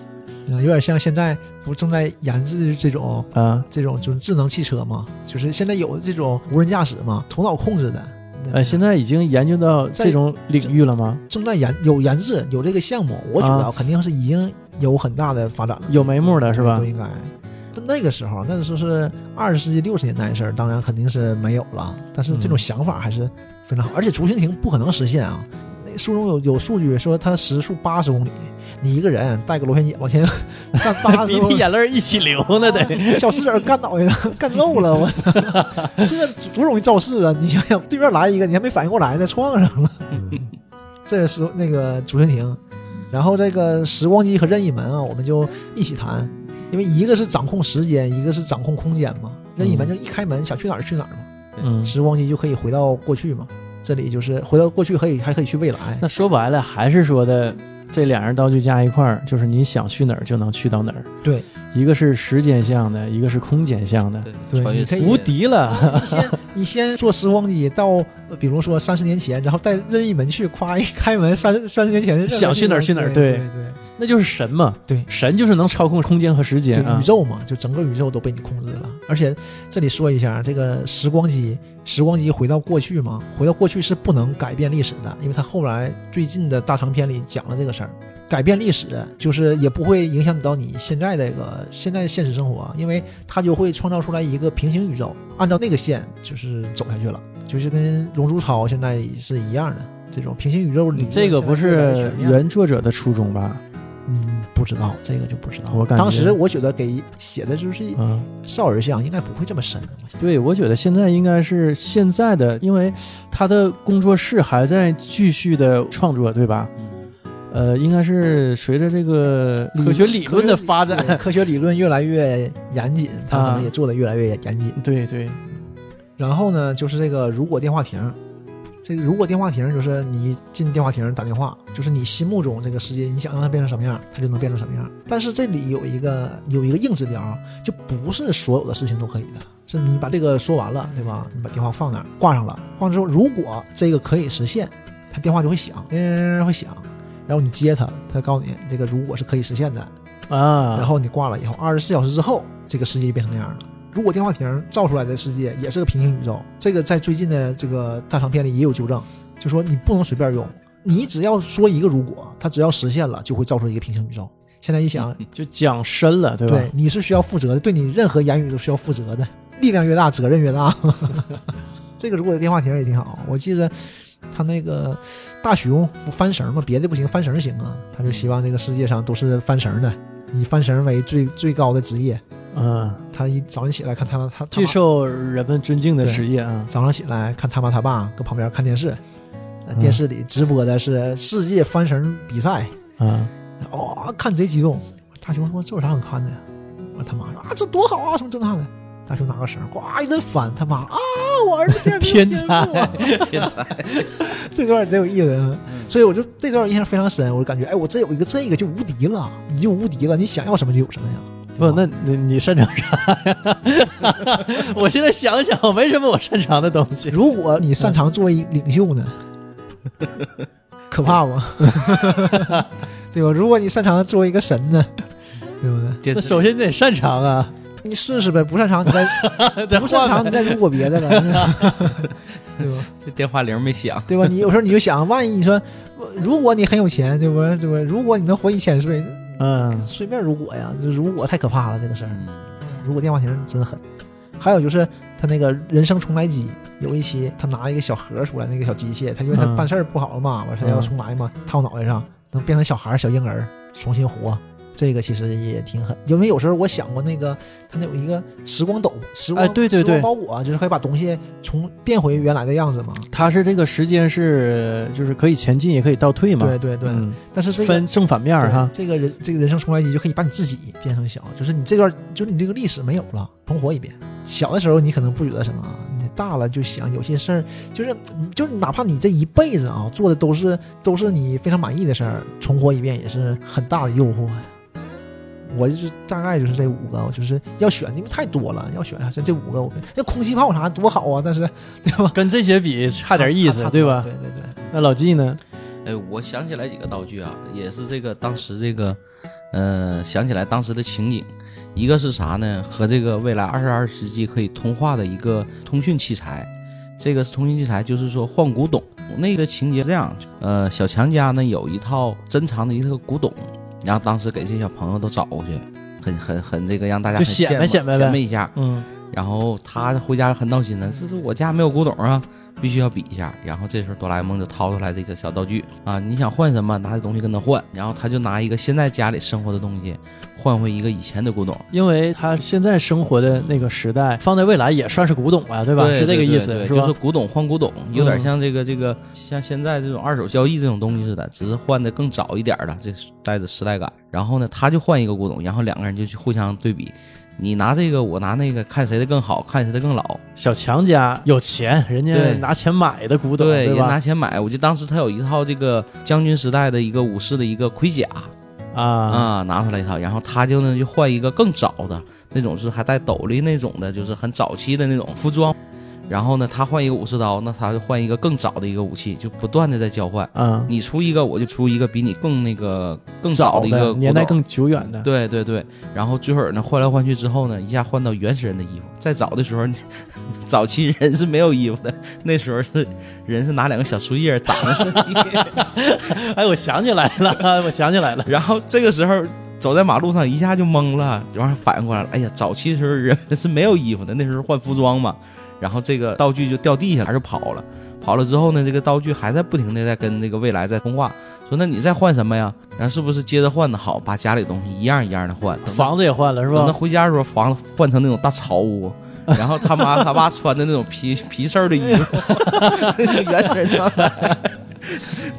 S2: 嗯有点像现在不正在研制这种
S1: 啊。
S2: 这种就是智能汽车嘛，就是现在有这种无人驾驶嘛，头脑控制的。嗯
S1: 呃，现在已经研究到这种领域了吗？
S2: 正在研有研制有这个项目，我觉得肯定是已经有很大的发展了，
S1: 啊
S2: 嗯
S1: 有眉目了是吧
S2: 都？应该。但那个时候，那个时候是二十世纪六十年代的事儿，当然肯定是没有了。但是这种
S1: 嗯
S2: 想法还是非常好，而且竹蜻蜓不可能实现啊。那书中有有数据说它时速八十公里，你一个人带个螺旋桨往前 干八十
S1: 鼻
S2: 公
S1: 涕
S2: 里，
S1: 眼泪一起流 呢，得。
S2: 小石子儿干脑袋上，干漏了，我这多容易肇事啊！你想想，对面来一个，你还没反应过来呢，撞上了。这是那个竹蜻蜓，然后这个时光机和任意门啊，我们就一起谈，因为一个是掌控时间，一个是掌控空间嘛。任意门就一开门，想去哪儿去哪儿嘛。
S1: 嗯，
S2: 时光机就可以回到过去嘛。这里就是回到过去，可以还可以去未来。
S1: 那说白了还是说的这两样道具加一块儿，就是你想去哪儿就能去到哪儿。
S2: 对，
S1: 一个是时间向的，一个是空间向的，
S2: 对
S3: 对，穿越
S2: 你可以
S3: 时间
S1: 无敌了。
S2: 你先 你先坐时光机到，呃比如说三十年前，然后带任意门去，夸一开门，三三十年前任何地方
S1: 想去哪儿去哪儿
S2: 对
S1: 对
S2: 对
S1: 那就是神嘛，
S2: 对
S1: 神就是能操控空间和时
S2: 对
S1: 间
S2: 对，
S1: 啊
S2: 宇。宙嘛，就整个宇宙都被你控制了。而且这里说一下，这个时光机，时光机回到过去嘛，回到过去是不能改变历史的，因为它后来最近的大长篇里讲了这个事儿。改变历史就是也不会影响到你现在这个现在现实生活，啊因为它就会创造出来一个平行宇宙，按照那个线就是走下去了，就是跟《龙珠超》现在是一样的这种平行宇宙里。
S1: 这个不是原作者的初衷吧？
S2: 嗯，不知道这个就不知道。
S1: 我感觉
S2: 当时我觉得给写的就是
S1: 啊，
S2: 少儿像，应该不会这么深的。啊我想
S1: 对，我觉得现在应该是现在的，因为他的工作室还在继续的创作，对吧？
S3: 嗯
S1: 呃，应该是随着这个科学理论的发展，
S2: 对科学理论越来越严谨，他可
S1: 啊
S2: 能也做得越来越严谨。
S1: 对对，
S2: 然后呢，就是这个如果电话亭，这个如果电话亭就是你进电话亭打电话，就是你心目中这个世界，你想让它变成什么样，它就能变成什么样。但是这里有一个有一个硬指标，就不是所有的事情都可以的。是你把这个说完了，对吧？你把电话放那儿，挂上了，挂上之后，如果这个可以实现，它电话就会响，嗯，会响。然后你接它，它告诉你这个如果是可以实现的，
S1: 啊，
S2: 然后你挂了以后，二十四小时之后，这个世界就变成那样了。如果电话亭造出来的世界也是个平行宇宙，这个在最近的这个大长篇里也有纠正，就说你不能随便用，你只要说一个如果，它只要实现了，就会造出一个平行宇宙。现在一想，
S1: 就讲深了，对吧？
S2: 对，你是需要负责的，对你任何言语都需要负责的，力量越大，责任 越大。这个如果电话亭也挺好，我记着他那个大熊不翻绳吗？别的不行，翻绳行啊。他就希望这个世界上都是翻绳的，以翻绳为最最高的职业。
S1: 嗯，
S2: 他一早上起来看他妈他他
S1: 最
S2: 妈
S1: 受人们尊敬的
S2: 对
S1: 职业啊，
S2: 早上起来看他妈他爸搁旁边看电视，
S1: 嗯
S2: 呃电视里直播的是世界翻绳比赛，
S1: 啊，
S2: 哦，看贼激动。大熊说：“这有啥好看的呀？”我他妈说：“啊，这多好啊，什么这那的。”大熊拿个绳，呱一顿翻，他妈啊，我儿子竟然没有
S1: 天
S2: 赋啊
S3: 天 才，
S2: 这段贼有意思啊，所以我就这段印象非常深，我就感觉，哎，我这有一个这个就无敌了，你就无敌了，你想要什么就有什么呀。
S1: 不，
S2: 对吧
S1: 那你你擅长啥呀？ 我现在想想，没什么我擅长的东西。
S2: 如果你擅长作为领袖呢，可怕吗？对吧？如果你擅长作为一个神呢，对不对？
S3: 天
S1: 那
S3: 才
S1: 首先你得擅长啊，
S2: 你试试呗，不擅长你再
S1: 再
S2: 不擅
S1: 换
S2: 长你
S1: 呗
S2: 再如果别的了，对吧？
S3: 这电话铃没响，
S2: 对吧？你有时候你就想，万一你说，呃如果你很有钱，对吧？对吧？如果你能活一千岁，
S1: 嗯，
S2: 随便如果呀，这如果太可怕了，这个事儿。
S3: 嗯
S2: 如果电话亭真狠。还有就是他那个人生重来机，有一期他拿一个小盒出来，那个小机械，他因为他
S1: 嗯
S2: 办事儿不好了嘛，完、他要重来嘛，套脑袋上能变成小孩儿、小婴儿重新活。这个其实也挺狠，因为有时候我想过那个，他那有一个时光斗、时光、
S1: 哎对对
S2: 时光
S1: 对
S2: 包裹，啊就是可以把东西重变回原来的样子嘛。
S1: 它是这个时间是就是可以前进也可以倒退嘛，
S2: 对对对，
S1: 嗯
S2: 但是这个
S1: 分正反面儿
S2: 对
S1: 哈，
S2: 这个人这个人生重来机就可以把你自己变成小，就是你这段，就是你这个历史没有了，重活一遍。小的时候你可能不觉得什么，你大了就想有些事儿，就是就是哪怕你这一辈子啊做的都是都是你非常满意的事儿，重活一遍也是很大的诱惑。啊我就是大概就是这五个，我就是要选，因为太多了，要选还是这五个。我那空气炮啥多好啊，但是对吧？
S1: 跟这些比差点意思
S2: 差，
S1: 对吧
S2: 对？对对。
S1: 那老纪呢？
S3: 哎，我想起来几个道具啊，也是这个当时这个，呃，想起来当时的情景，一个是啥呢？和这个未来二十二世纪可以通话的一个通讯器材，这个是通讯器材，就是说换古董。那个情节是这样，呃，小强家呢有一套珍藏的一个古董，然后当时给这些小朋友都找过去，很很很这个让大家
S1: 就
S3: 很
S1: 显摆
S3: 羡慕
S1: 显摆呗
S3: 显摆一下，
S1: 嗯，
S3: 然后他回家很闹心的，这是我家没有古董啊，必须要比一下。然后这时候哆啦 A 梦就掏出来这个小道具啊，你想换什么，拿这东西跟他换。然后他就拿一个现在家里生活的东西，换回一个以前的古董，
S1: 因为他现在生活的那个时代，放在未来也算是古董啊，对吧？
S3: 对
S1: 是这个意思，
S3: 对对
S1: 是
S3: 对
S1: 吧？嗯
S3: 就是古董换古董，有点像这个这个像现在这种二手交易这种东西似的，只是换的更早一点的，这是带着时代感。然后呢，他就换一个古董，然后两个人就去互相对比，你拿这个，我拿那个，看谁的更好，看谁的更老。
S1: 小强家有钱，人家
S3: 对
S1: 拿钱买的古董，
S3: 对，也拿
S1: 吧？
S3: 钱买。我记得当时他有一套这个将军时代的一个武士的一个盔甲
S1: 啊，
S3: 啊、拿出来一套，然后他就呢就换一个更早的那种，是还带斗笠那种的，就是很早期的那种服装。然后呢，他换一个武士刀，那他就换一个更早的一个武器，就不断的在交换。
S1: 啊，
S3: 你出一个，我就出一个比你更那个更
S1: 早
S3: 早的一个古
S1: 年代
S3: 董
S1: 更久远的，
S3: 对对对，然后最后呢换来换去之后呢，一下换到原始人的衣服。再早的时候， 早期人是没有衣服的，那时候是人是拿两个小树叶挡着身体，
S1: 哎，我想起来了， 我想起来了，
S3: 然后这个时候走在马路上一下就懵了，然后反应过来了，哎呀，早期的时候人是没有衣服的，那时候换服装嘛，然后这个道具就掉地下了，就跑了。跑了之后呢，这个道具还在不停的在跟这个未来在通话，说那你再换什么呀？然后是不是接着换的好，把家里东西一样一样的换，等到
S1: 房子也换了是
S3: 等
S1: 吧？
S3: 他回家的时候，房子换成那种大草 屋，然后他妈他爸穿的那种皮皮事儿的 衣服， 原始人状态。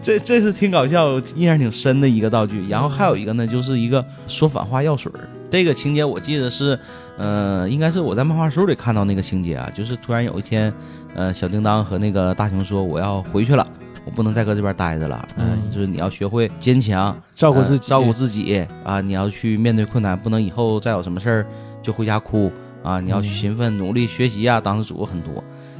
S3: 这这是挺搞笑，印象挺深的一个道具。然后还有一个呢，就是一个说反话药水儿。这个情节我记得是，呃，应该是我在漫画书里看到那个情节啊，就是突然有一天，呃，小叮当和那个大雄说我要回去了，我不能再搁这边待着了，
S1: 嗯
S3: 嗯，就是你要学会坚强，
S1: 照顾自己，
S3: 呃照顾自己啊！你要去面对困难，不能以后再有什么事儿就回家哭啊！你要
S1: 嗯
S3: 去勤奋努力学习啊！当时嘱咐很多，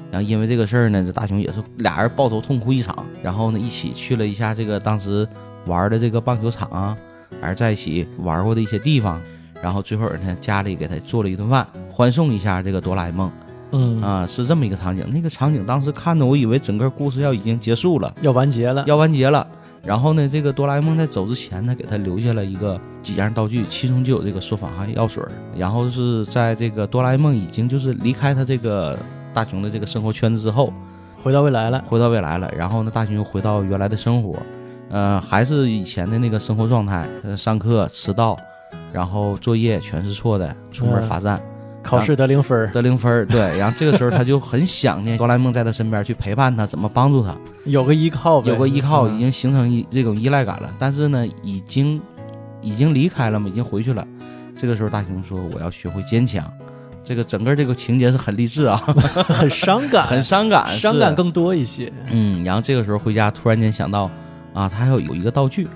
S3: 然后因为这个事儿呢，这大雄也是俩人抱头痛哭一场，然后呢一起去了一下这个当时玩的这个棒球场啊，而在一起玩过的一些地方，然后最后呢家里给他做了一顿饭，欢送一下这个哆啦 A 梦
S1: 嗯，
S3: 啊，是这么一个场景。那个场景当时看的我以为整个故事要已经结束了。
S1: 要完结 了，
S3: 要完结了。然后呢，这个哆啦 A 梦在走之前呢，给他留下了一个几样道具，其中就有这个说反话药水儿。然后是在这个哆啦 A 梦已经就是离开他这个大雄的这个生活圈子之后，
S1: 回到未来了，
S3: 回到未来了。然后呢，大雄又回到原来的生活，呃，还是以前的那个生活状态，呃，上课迟到，然后作业全是错的，出门罚站。
S1: 考试得零分儿，
S3: 得零分儿，对，然后这个时候他就很想念哆啦 A 梦在他身边去陪伴他，怎么帮助他，
S1: 有个依靠呗，
S3: 有个依靠，
S1: 嗯
S3: 已经形成一这种依赖感了。但是呢，已经已经离开了嘛，已经回去了。这个时候，大雄说：“我要学会坚强。”这个整个这个情节是很励 志啊，
S1: 很伤感，
S3: 很伤感，
S1: 伤
S3: 是
S1: 感更多一些，
S3: 嗯。然后这个时候回家，突然间想到啊，他还有有一个道具，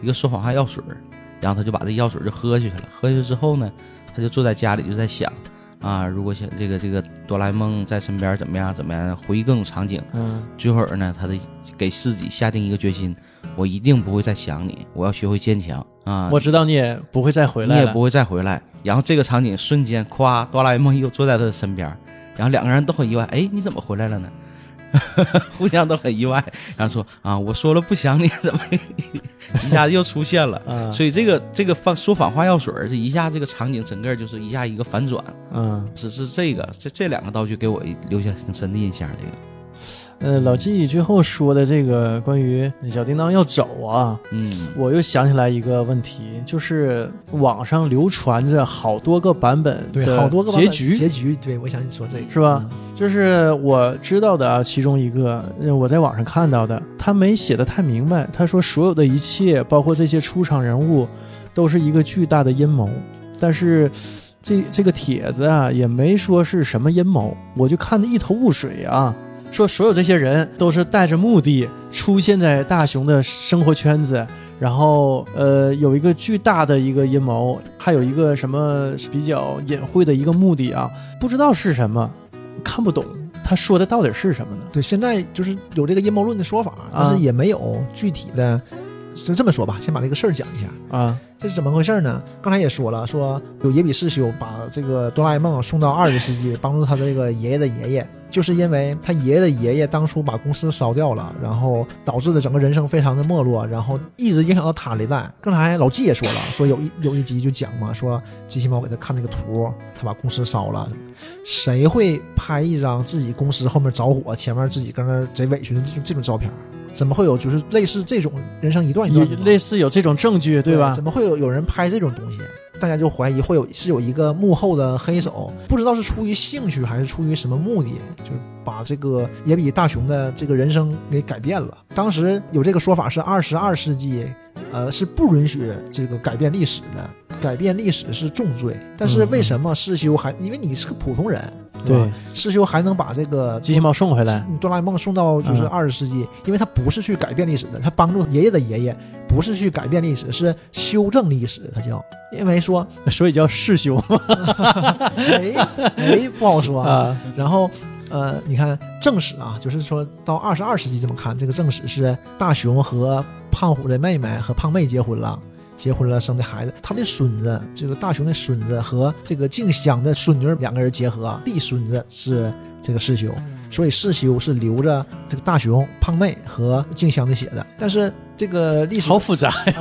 S3: 一个说谎话药水儿，然后他就把这药水儿就喝下去了。喝下去之后呢，他就坐在家里就在想啊，如果想这个这个哆啦 A 梦在身边怎么样怎么样，回忆各种场景。
S1: 嗯，
S3: 最后呢，他的给自己下定一个决心，我一定不会再想你，我要学会坚强啊！
S1: 嗯我知道你也不会再回
S3: 你
S1: 来
S3: 也
S1: 了
S3: 不，会再回来。然后这个场景瞬间，咵，哆啦 A 梦又坐在他的身边，然后两个人都很意外，哎，你怎么回来了呢？ 互相都很意外，然后说啊，我说了不想你，怎么 一下子又出现了？
S1: 嗯
S3: 所以这个这个反说反话药水儿，这一下这个场景整个就是一下一个反转，
S1: 嗯，
S3: 只是这个这这两个道具给我留下挺深的印象。这个，
S1: 呃，老纪最后说的这个关于小叮当要走啊，
S3: 嗯，
S1: 我又想起来一个问题，就是网上流传着好多个版本
S2: 对，
S1: 的
S2: 好多个版
S1: 结
S2: 本
S1: 局，
S2: 结局，对我想你说这个嗯
S1: 是吧？就是我知道的啊，其中一个呃我在网上看到的，他没写的太明白。他说所有的一切，包括这些出场人物，都是一个巨大的阴谋。但是这这个帖子啊，也没说是什么阴谋，我就看得一头雾水啊。说所有这些人都是带着目的出现在大雄的生活圈子，然后呃有一个巨大的一个阴谋，还有一个什么比较隐晦的一个目的啊，不知道是什么，看不懂他说的到底是什么呢？
S2: 对，现在就是有这个阴谋论的说法，但是也没有具体的。就这么说吧，先把这个事儿讲一下，
S1: 啊，
S2: 这是怎么回事呢？刚才也说了，说有野比世修把这个哆啦 A 梦送到二十世纪，帮助他的这个爷爷的爷爷，就是因为他爷爷的爷爷当初把公司烧掉了，然后导致的整个人生非常的没落，然后一直影响到他这一代。刚才老纪也说了，说有一有一集就讲嘛，说机器猫给他看那个图，他把公司烧了，谁会拍一张自己公司后面着火，前面自己搁那儿贼委屈的这种这种照片？怎么会有就是类似这种人生一段一
S1: 有
S2: 段的呢？
S1: 类似有这种证据对吧
S2: 怎？么会有有人拍这种东西？大家就怀疑会有是有一个幕后的黑手，不知道是出于兴趣还是出于什么目的，就是把这个野比大雄的这个人生给改变了。当时有这个说法是二十二世纪，呃，是不允许这个改变历史的，改变历史是重罪。但是为什么世修还？因为你是个普通人，是吧
S1: 嗯对，
S2: 世修还能把这个
S1: 机器猫送回来，
S2: 哆啦 A 梦送到就是
S1: 嗯
S2: 二十世纪，因为他不是去改变历史的，他帮助爷爷的爷爷，不是去改变历史，是修正历史，他叫。因为说，
S1: 所以叫世修
S2: 哎哎，不好 说。
S1: 啊，
S2: 然后，呃，你看正史啊，就是说到二十二世纪这么看，这个正史是大雄和胖虎的妹妹和胖妹结婚了。结婚了，生的孩子，他的孙子，这个大雄的孙子和这个静香的孙女两个人结合，弟孙子是这个世修，所以世修是留着这个大雄、胖妹和静香的血的。但是这个历史
S1: 嗯好，复杂，
S2: 哎、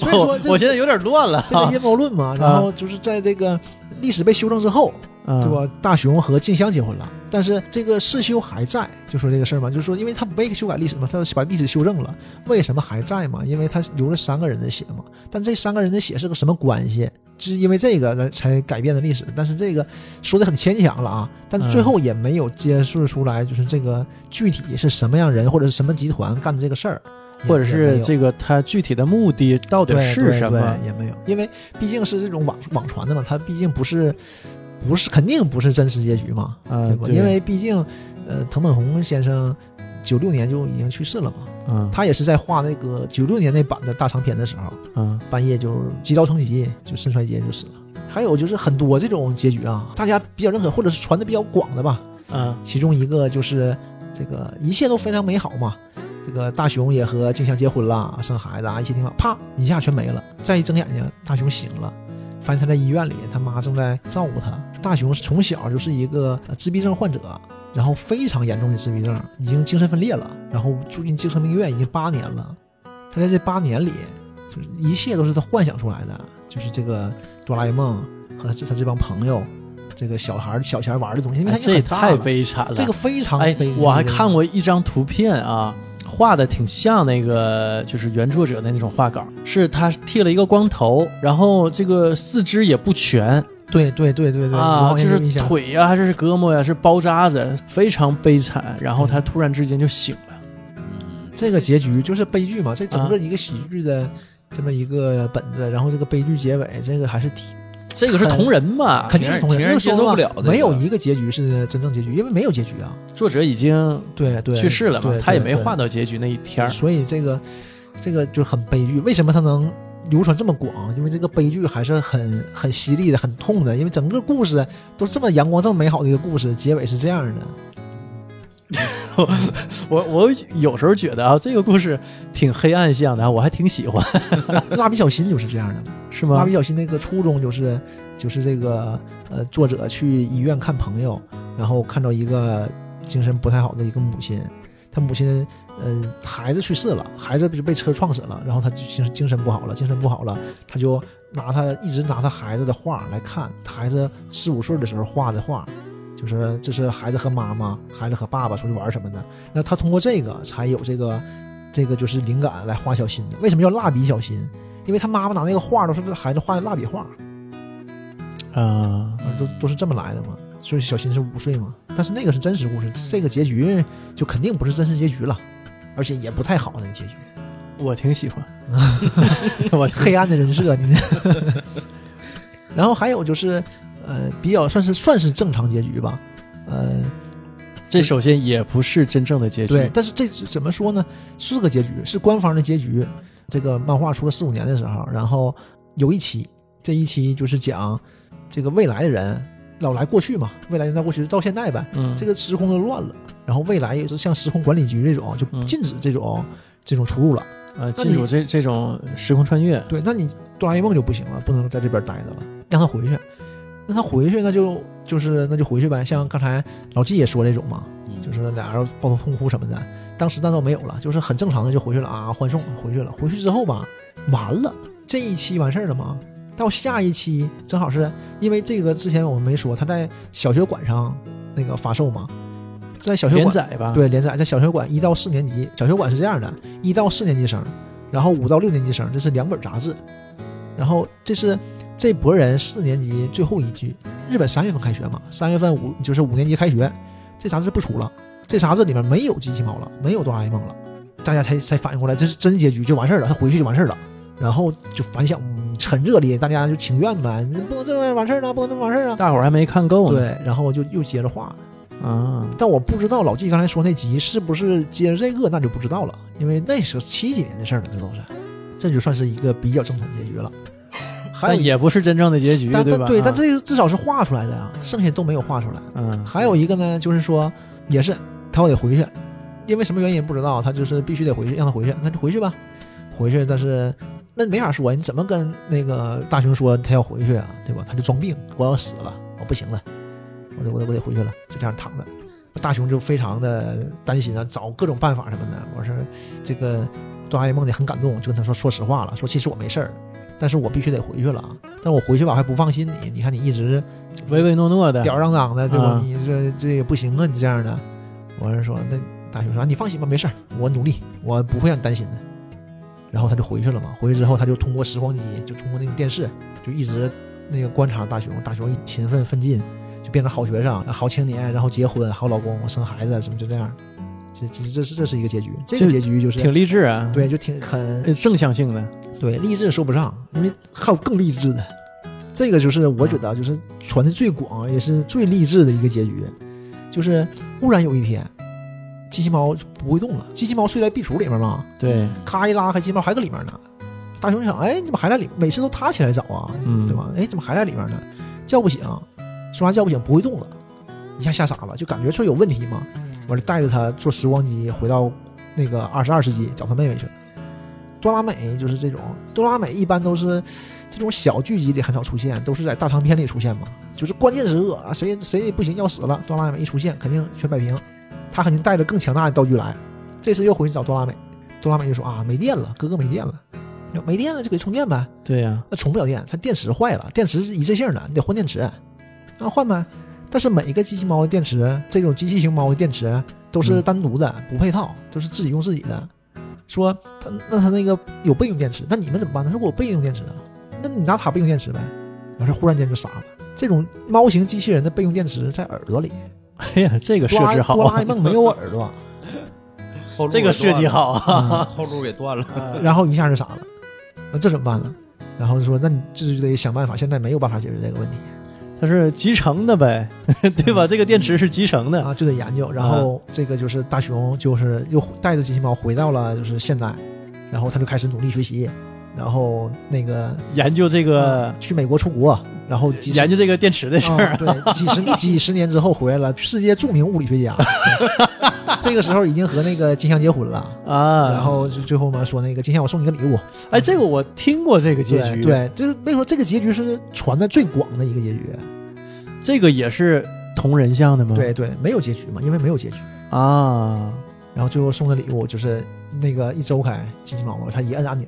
S2: 所以说
S1: 我
S2: 这
S1: 我
S2: 个
S1: 现在有点乱了
S2: 这个阴谋论嘛，然后就是在这个历史被修正之后，
S1: 啊，
S2: 对吧？大雄和静香结婚了，但是这个世修还在，就说这个事儿嘛，就是说，因为他没修改历史嘛，他把历史修正了，为什么还在嘛？因为他流了三个人的血嘛，但这三个人的血是个什么关系？就是因为这个来才改变的历史，但是这个说的很牵强了啊，但最后也没有揭示出来，就是这个具体是什么样人或者是什么集团干的这个事儿，也
S1: 或者
S2: 也没
S1: 是
S2: 有
S1: 这个他具体的目的到底
S2: 对
S1: 是
S2: 对
S1: 什么
S2: 对？也没有，因为毕竟是这种网网传的嘛，它毕竟不是不是肯定不是真实结局嘛，
S1: 啊
S2: 对吧？
S1: 对
S2: 因为毕竟，呃，藤本弘先生九六年就已经去世了嘛，
S1: 嗯
S2: 他也是在画那个九六年那版的大长篇的时候，
S1: 嗯
S2: 半夜就急刀成疾，就肾衰竭就死了。还有就是很多这种结局啊，大家比较认可或者是传的比较广的吧，
S1: 嗯
S2: 其中一个就是这个一切都非常美好嘛，这个大雄也和静香结婚了，生孩子啊，一切挺好，啪一下全没了。再一睁眼睛，大雄醒了，发现他在医院里，他妈正在照顾他。大雄是从小就是一个呃自闭症患者，然后非常严重的自闭症，已经精神分裂了，然后住进精神病院已经八年了。他在这八年里，就是一切都是他幻想出来的，就是这个哆啦 A 梦和这他这帮朋友。这个小孩儿小钱玩的东西，因为他
S1: 哎
S2: 已经
S1: 这也
S2: 很大
S1: 太
S2: 了
S1: 悲惨了。
S2: 这个非常
S1: 哎
S2: 悲，
S1: 我还看过一张图片啊，画的挺像那个就是原作者的那种画稿，是他剃了一个光头，然后这个四肢也不全
S2: 对对对对对
S1: 啊，
S2: 我好像
S1: 就是
S2: 有印象
S1: 腿呀、还是胳膊呀、是包扎子，非常悲惨。然
S2: 嗯
S1: 后他突然之间就醒了，
S2: 这个结局就是悲剧嘛，这整
S1: 啊
S2: 个一个喜剧的这么一个本子，然后这个悲剧结尾，这个还是挺
S1: 这个是同啊人嘛？
S2: 肯定是同
S3: 情
S2: 人
S3: 人
S2: 就说
S3: 接受
S2: 嘛
S3: 不了这个
S2: 没有一个结局是真正结局，因为没有结局啊，
S1: 作者已经
S2: 对对，
S1: 去世了嘛
S2: 对，
S1: 他也没画，
S2: 对
S1: 到结局那一天
S2: 对
S1: 儿。
S2: 所以这个这个就很悲剧。为什么它能？流传这么广，因为这个悲剧还是很很犀利的、很痛的，因为整个故事都是这么阳光、这么美好的一个故事，结尾是这样的。
S1: 我我有时候觉得啊，这个故事挺黑暗向的啊，我还挺喜欢，
S2: 蜡笔小新就是这样的，
S1: 是
S2: 蜡
S1: 吗
S2: 笔？小新那个初衷就是，就是这个呃，作者去医院看朋友，然后看到一个精神不太好的一个母亲，他母亲呃孩子去世了，孩子被被车撞死了，然后他就精神精神不好了，精神不好了，他就拿他一直拿他孩子的画来看，他孩子四五岁的时候画的画。就是这是孩子和妈妈，孩子和爸爸出去玩什么的。那他通过这个才有这个，这个就是灵感来画小新的。为什么叫蜡笔小新？因为他妈妈拿那个画都是孩子画的蜡笔画，
S1: 啊。
S2: 都都是这么来的嘛。所以小新是五岁嘛，但是那个是真实故事，这个结局就肯定不是真实结局了，而且也不太好那个结局，
S1: 我挺喜欢，我
S2: 黑暗的人设你。然后还有就是，呃，比较算是算是正常结局吧，呃，
S1: 这首先也不是真正的结局，
S2: 对，但是这怎么说呢？是个结局，是官方的结局。这个漫画出了四五年的时候，然后有一期，这一期就是讲这个未来的人，老来过去嘛，未来人到过去到现在呗，
S1: 嗯，
S2: 这个时空都乱了。然后未来也是像时空管理局这种，就
S1: 嗯
S2: 禁止这种、这种出入了。
S1: 呃，
S2: 那
S1: 进入
S2: 你哎
S1: 这这种时空穿越，
S2: 对，那你哆啦 A 梦就不行了，不能在这边待着了，让他回去。那他回去，那就就是那就回去呗。像刚才老纪也说这种嘛，
S3: 嗯
S1: 嗯
S2: 就是俩人抱头痛哭什么的。当时那倒没有了，就是很正常的就回去了啊，欢送回去了。回去之后吧，完了这一期完事儿了嘛。到下一期正好是因为这个之前我们没说，他在小学馆上那个发售嘛，在小学
S1: 连
S2: 馆
S1: 载吧，，
S2: 对，连载在小学馆一到四年级，小学馆是这样的，一到四年级生，然后五到六年级生，这是两本杂志，然后这是这波人四年级最后一季，日本三月份开学嘛，三月份五就是五年级开学，这杂志不出了，这杂志里面没有机器猫了，没有哆啦 A 梦了，大家才才反应过来这是真结局就完事儿了，他回去就完事儿了。然后就反响嗯很热烈，大家就情愿呗，你不能这么完事儿呢，不能这么完事儿啊。
S1: 大伙儿还没看够呢，
S2: 对，然后就又接着画，
S1: 啊，
S2: 但我不知道老纪刚才说那集是不是接着这个，那就不知道了，因为那是七几年的事儿了，这都是，这就算是一个比较正统结局了。还有
S1: 但
S2: 一，
S1: 也不是真正的结局，
S2: 但
S1: 对吧？
S2: 但对，
S1: 啊
S2: 但这个至少是画出来的呀，剩下都没有画出来。
S1: 嗯，
S2: 还有一个呢，就是说也是他得回去，因为什么原因不知道，他就是必须得回去，让他回去，那就回去吧，回去。但是那没法说，你哎怎么跟那个大雄说他要回去啊，对吧？他就装病，我要死了，我不行了，我得我得我得回去了，就这样躺着。大雄就非常的担心啊，找各种办法什么的。我说这个哆啦 A 梦的很感动，就跟他说说实话了，说其实我没事儿，但是我必须得回去了啊。但我回去吧，还不放心你，你看你一直
S1: 唯唯诺诺的，
S2: 吊儿郎当的，对吧？
S1: 啊
S2: 你这这也不行啊，你这样的。我是说，那大雄说、啊你放心吧，没事儿，我努力，我不会让你担心的。然后他就回去了嘛，回去之后他就通过时光机，就通过那种电视，就一直那个观察大雄，大雄一勤奋奋进，就变成好学生、好青年，然后结婚、好老公、生孩子，什么就这样。这这这是这是一个结局，这个
S1: 这
S2: 结局就是
S1: 挺励志啊，
S2: 对，就挺很
S1: 呃，正向性的，
S2: 对，励志说不上，因为还有更励志的。这个就是我觉得啊就是传的最广，也是最励志的一个结局，就是忽然有一天，机器猫不会动了。机器猫睡在壁橱里面嘛，
S1: 对，
S2: 咔一拉开，机器猫还搁里面呢。大熊想，哎，你怎么还在里？每次都他起来找啊，
S1: 嗯，
S2: 对吧？哎，怎么还在里面呢？叫不醒，说啥叫不醒，不会动了，一下吓傻了，就感觉说有问题嘛。完了，带着他坐时光机回到那个二十二世纪找他妹妹去了。哆啦美就是这种，哆啦美一般都是这种小剧集里很少出现，都是在大长篇里出现嘛。就是关键时刻啊，谁谁不行要死了，哆啦美一出现肯定全摆平，他肯定带着更强大的道具来。这次又回去找哆啦美，哆啦美就说啊没电了，哥哥没电了，没电了就给充电呗。
S1: 对呀，
S2: 那充不了电，它电池坏了，电池是一次性的，你得换电池，那换呗。但是每个机器猫的电池，这种机器型猫的电池都是
S1: 嗯
S2: 单独的，不配套，都是自己用自己的。说他那他那个有备用电池，那你们怎么办呢？他说我有备用电池啊，那你拿它备用电池呗。完事儿忽然间就傻了，这种猫型机器人的备用电池在耳朵里，
S1: 哎呀，这个设
S2: 哆啦
S1: 置好
S2: 哆啦
S1: 啊
S2: A，梦没有耳朵，
S3: 后路
S1: 这
S3: 给
S1: 个设计
S3: 断了，
S1: 好啊，
S2: 啊
S3: 后路给断了。
S2: 然后一下就傻了，那这怎么办呢？然后说那你这就得想办法，现在没有办法解决这个问题。
S1: 它是集成的呗， 对
S2: 嗯
S1: 吧？这个电池是集成的，
S2: 啊，就得研究。然后这个就是大雄，就是又带着机器猫回到了就是现代，然后他就开始努力学习，然后那个呃
S1: 研究这个
S2: 去美国出国，然后几十
S1: 呃研究这个电池的事儿
S2: 啊，对，几 十几十年之后回来了，世界著名物理学家。这个时候已经和那个金香结婚 了，
S1: 啊，
S2: 嗯然后就最后嘛说那个金香，我送你个礼物。
S1: 哎，这个我听过这个结局，
S2: 对，对就是为什么这个结局是传的最广的一个结局？
S1: 这个也是同人像的吗？
S2: 对对，没有结局嘛，因为没有结局。
S1: 啊，
S2: 然后最后送的礼物就是那个一周开机器猫嘛，它一摁按钮，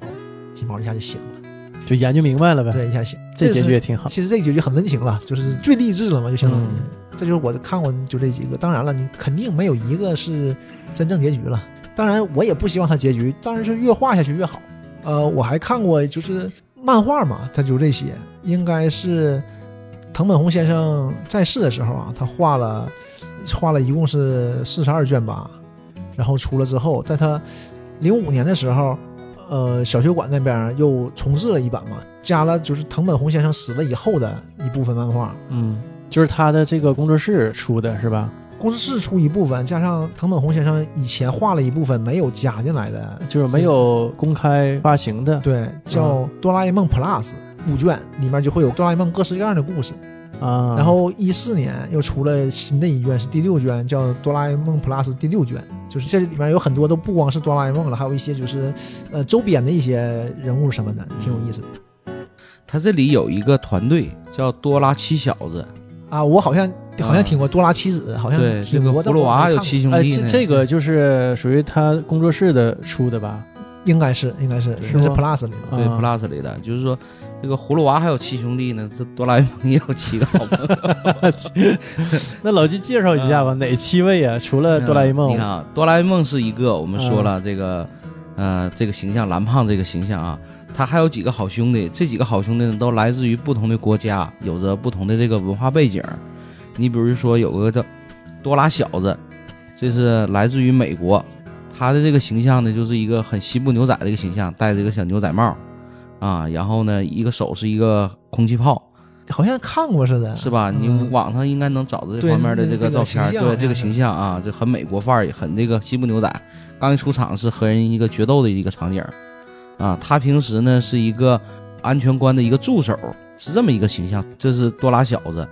S2: 机器猫一下就醒了，
S1: 就研究明白了呗，
S2: 对，一下醒。
S1: 这
S2: 是
S1: 结局也挺好。
S2: 其实这个结局很温情了，就是最励志了嘛，就相当于。
S1: 嗯
S2: 这就是我看过就这几个，当然了，你肯定没有一个是真正结局了。当然，我也不希望它结局，当然是越画下去越好。呃，我还看过就是漫画嘛，它就这些，应该是藤本弘先生在世的时候啊，他画了画了一共是四十二卷吧，然后出了之后，在他零五年的时候，呃小学馆那边又重置了一版嘛，加了就是藤本弘先生死了以后的一部分漫画，
S1: 嗯，就是他的这个工作室出的是吧？
S2: 公司是出一部分，加上藤本弘先生以前画了一部分没有加进来的，
S1: 就是没有公开发行的
S2: 对，叫
S3: 嗯
S2: 《哆啦 A 梦 Plus》五卷，里面就会有哆啦 A 梦各式各样的故事。
S3: 嗯
S1: 啊。
S2: 然后一四年又出了新的一卷，是第六卷，叫《哆啦 A 梦 Plus》第六卷，就是这里面有很多都不光是哆啦 A 梦了，还有一些就是呃周边的一些人物什么的，挺有意思的
S3: 他这里有一个团队叫多拉七小子，
S2: 啊。我好像好像听过哆啦七子，好像
S3: 嗯对，这
S2: 听
S3: 个
S2: 过，
S3: 葫
S2: 但
S3: 芦
S2: 我
S3: 娃
S2: 没
S3: 有
S2: 看
S3: 七兄
S1: 哎，
S3: 弟
S1: 这
S3: 呢。
S1: 这个就是属于他工作室的出的吧？
S2: 过应该是应该是
S1: 是
S2: 那是
S1: 吗
S2: Plus 里的
S1: 啊
S3: 对 Plus 里的，就是说这个葫芦娃还有七兄弟呢，这哆啦 A 梦也有七个好朋友。
S1: 那老季介绍一下吧，哪七位啊？除了哆啦 A
S3: 嗯嗯你
S1: 梦嗯
S3: 看，啊，哆啦 A 梦是一个，我们说了这个，呃，这个形象蓝胖这个形象啊，他还有几个好兄弟，这几个好兄弟呢都来自于不同的国家，有着不同的这个文化背景。你比如说有个叫多拉小子，这是来自于美国，他的这个形象呢就是一个很西部牛仔的一个形象，戴着一个小牛仔帽，啊，然后呢一个手是一个空气炮。
S2: 好像看过似的，
S3: 是吧？你
S2: 嗯
S3: 网上应该能找到这
S2: 对
S3: 方面的
S2: 那
S3: 这个
S2: 那个
S3: 照片儿，
S2: 形象
S3: 对这个
S2: 好像是
S3: 形象啊，这很美国范儿，也很这个西部牛仔。刚一出场是和人一个决斗的一个场景儿，啊，他平时呢是一个安全官的一个助手，是这么一个形象。这是多拉小子，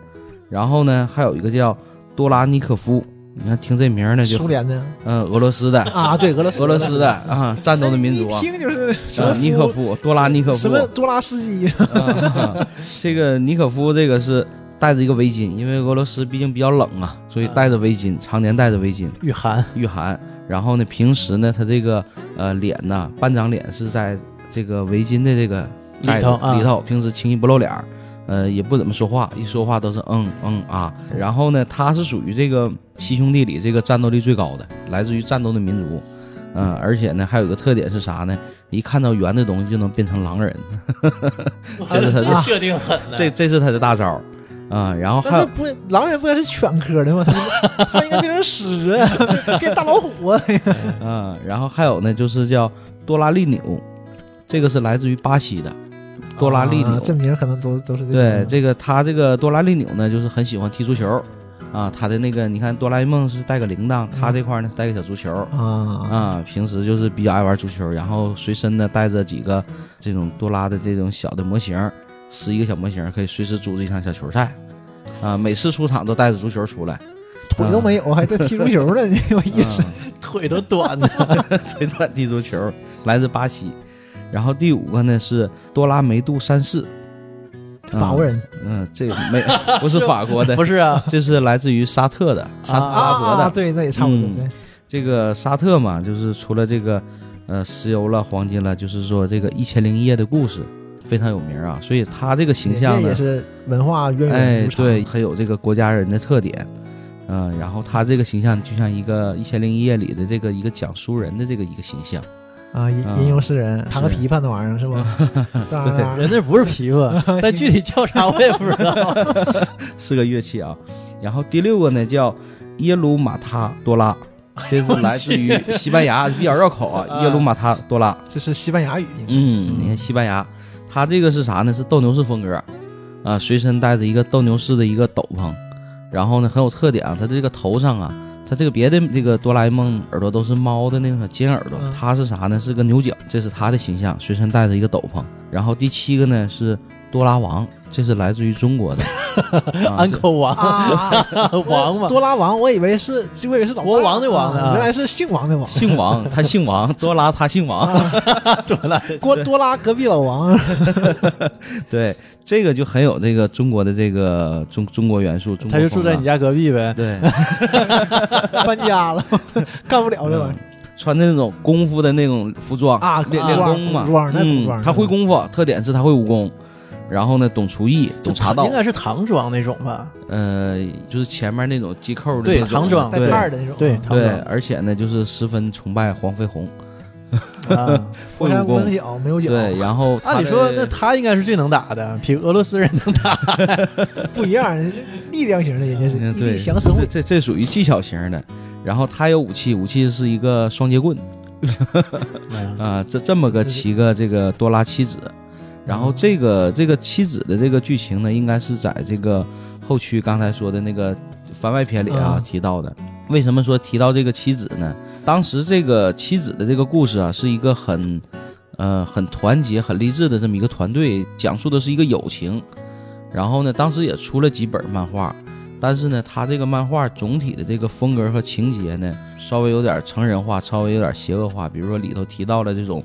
S3: 然后呢还有一个叫多拉尼可夫，你看听这名儿呢就
S2: 苏联的
S3: 嗯、俄 罗斯的，
S2: 啊，对，俄罗斯
S3: 俄罗斯的啊，战斗的民族
S2: 哎
S3: 啊
S2: 一，听就是什么
S3: 啊，尼可
S2: 夫
S3: 夫，多拉尼可夫，
S2: 什么多拉斯基，
S3: 啊这个尼可夫这个是戴着一个围巾，因为俄罗斯毕竟比较冷啊，所以戴着围巾，常年戴着围巾
S1: 御 寒
S3: 御寒。然后呢，平时呢，他这个呃脸呐，半张脸是在这个围巾的这个
S1: 里
S3: 盖子
S1: 头啊
S3: 里头，平时轻易不露脸儿，呃，也不怎么说话，一说话都是嗯嗯啊。然后呢，他是属于这个七兄弟里这个战斗力最高的，来自于战斗的民族。嗯，而且呢，还有一个特点是啥呢？一看到圆的东西就能变成狼人，这是他的
S1: 设定狠的
S3: 这这是他的大招儿啊、然后还
S2: 但是
S3: 有
S2: 不狼人不应该是犬科 的吗？他他应该变成狮子，变大老虎啊！
S3: 嗯、然后还有呢，就是叫多拉利纽，这个是来自于巴西的 多拉利纽。
S2: 啊这名儿可能都都是这
S3: 对
S2: 个
S3: 这个他这个多拉利纽呢，就是很喜欢踢足球啊。他的那个你看哆啦 A 梦是带个铃铛，他这块儿呢是带个小足球
S2: 啊
S3: 啊。平时就是比较爱玩足球，然后随身呢带着几个这种多拉的这种小的模型，十一个小模型可以随时组织一场小球赛啊。每次出场都带着足球 出来，
S2: 腿都没有，还在踢足球呢，你 有意思
S3: 嗯
S1: 腿都短 的
S3: 推断地足球，来自巴西。然后第五个呢是多拉梅杜三世，嗯
S2: 法国，人
S3: 嗯，这个没不是法 国的，
S1: 不是啊？
S3: 这是来自于沙特的，沙特
S1: 啊
S3: 阿拉伯的。
S2: 啊，对，那也差不多
S3: 嗯
S2: 对。
S3: 这个沙特嘛，就是除了这个呃石油了、黄金了，就是说这个《一千零一夜》的故事非常有名啊，所以他这个形象
S2: 人家也，
S3: 呢
S2: 是文化渊源
S3: 哎
S2: 如，长
S3: 对，，很有这个国家人的特点。嗯，然后他这个形象就像一个《一千零一夜》里的这个一个讲述人的这个一个形象，
S2: 啊，吟
S3: 嗯
S2: 吟游诗人，弹个
S3: 是
S2: 琵琶那玩意儿是吧？ 当然啦
S1: 人那不是皮肤，但具体叫啥我也不知
S3: 啊
S1: 道。
S3: 是个乐器啊。然后第六个呢叫耶鲁马塔多拉，这是来自于西班牙，比较绕口啊。
S1: 啊
S3: 耶鲁马塔多拉，
S2: 这是西班牙语，
S3: 嗯，你看西班牙，它这个是啥呢？是斗牛士风格，啊，随身带着一个斗牛士的一个斗篷，然后呢很有特点啊，它这个头上啊。它这个别的这个哆啦 A 梦耳朵都是猫的那种尖耳朵
S2: 嗯，
S3: 它是啥呢？是个牛角，这是它的形象，随身带着一个斗篷。然后第七个呢是多拉王，这是来自于中国的，啊
S1: 安
S3: 这
S1: 口王
S2: 啊，
S1: 王嘛，
S2: 多拉王，我以为是，我以为是老
S1: 国
S2: 大
S1: 王的王呢
S2: 啊原来是姓王的王，
S3: 姓王，他姓王，多拉他姓王。
S1: 啊多
S3: 啊
S1: 了
S2: 多多拉隔壁老王，
S3: 对，这个就很有这个中国的这个中中国元素。中国
S1: 他就住在你
S3: 家。
S1: 家隔啊壁呗。
S3: 对，
S2: 搬家了，干不了这玩意儿
S3: 嗯。穿的那种功夫的那种服装
S2: 啊
S3: 练
S2: 古
S3: 练
S2: 装
S3: 功嘛。
S2: 古装那古
S3: 嗯
S2: 装，
S3: 他会功夫，特点是他会武功，然后呢懂厨艺，懂茶道
S1: 应。该是唐装那种 吧？
S3: 呃，就是前面那种系扣的
S1: 对
S3: 那种
S1: 唐装
S2: 带
S3: 对
S2: 盖儿的那种，啊
S1: 对，唐
S3: 对，
S1: 装
S3: 而且呢就是十分崇拜黄飞鸿，
S1: 啊。
S2: 火
S3: 会
S2: 山
S3: 武
S2: 无
S3: 功
S2: 棱。角没有角，
S3: 对，然后他
S1: 按理说，
S3: 的
S1: 那他应该是最能打的，比俄罗斯人能打。
S2: 不一样，力量型的人家是
S3: 嗯，
S2: 一
S3: 对，
S2: 力降神
S3: 这这这属于技巧型的。然后他有武器，武器是一个双截棍
S1: 嗯
S3: 啊、这这么个七个这个多拉妻子，然后这个这个妻子的这个剧情呢，应该是在这个后区刚才说的那个番外篇里啊、
S2: 嗯
S3: 提到的。为什么说提到这个妻子呢？当时这个妻子的这个故事啊，是一个很呃很团结、很励志的这么一个团队，讲述的是一个友情。然后呢，当时也出了几本漫画，但是呢，他这个漫画总体的这个风格和情节呢，稍微有点成人化，稍微有点邪恶化。比如说里头提到了这种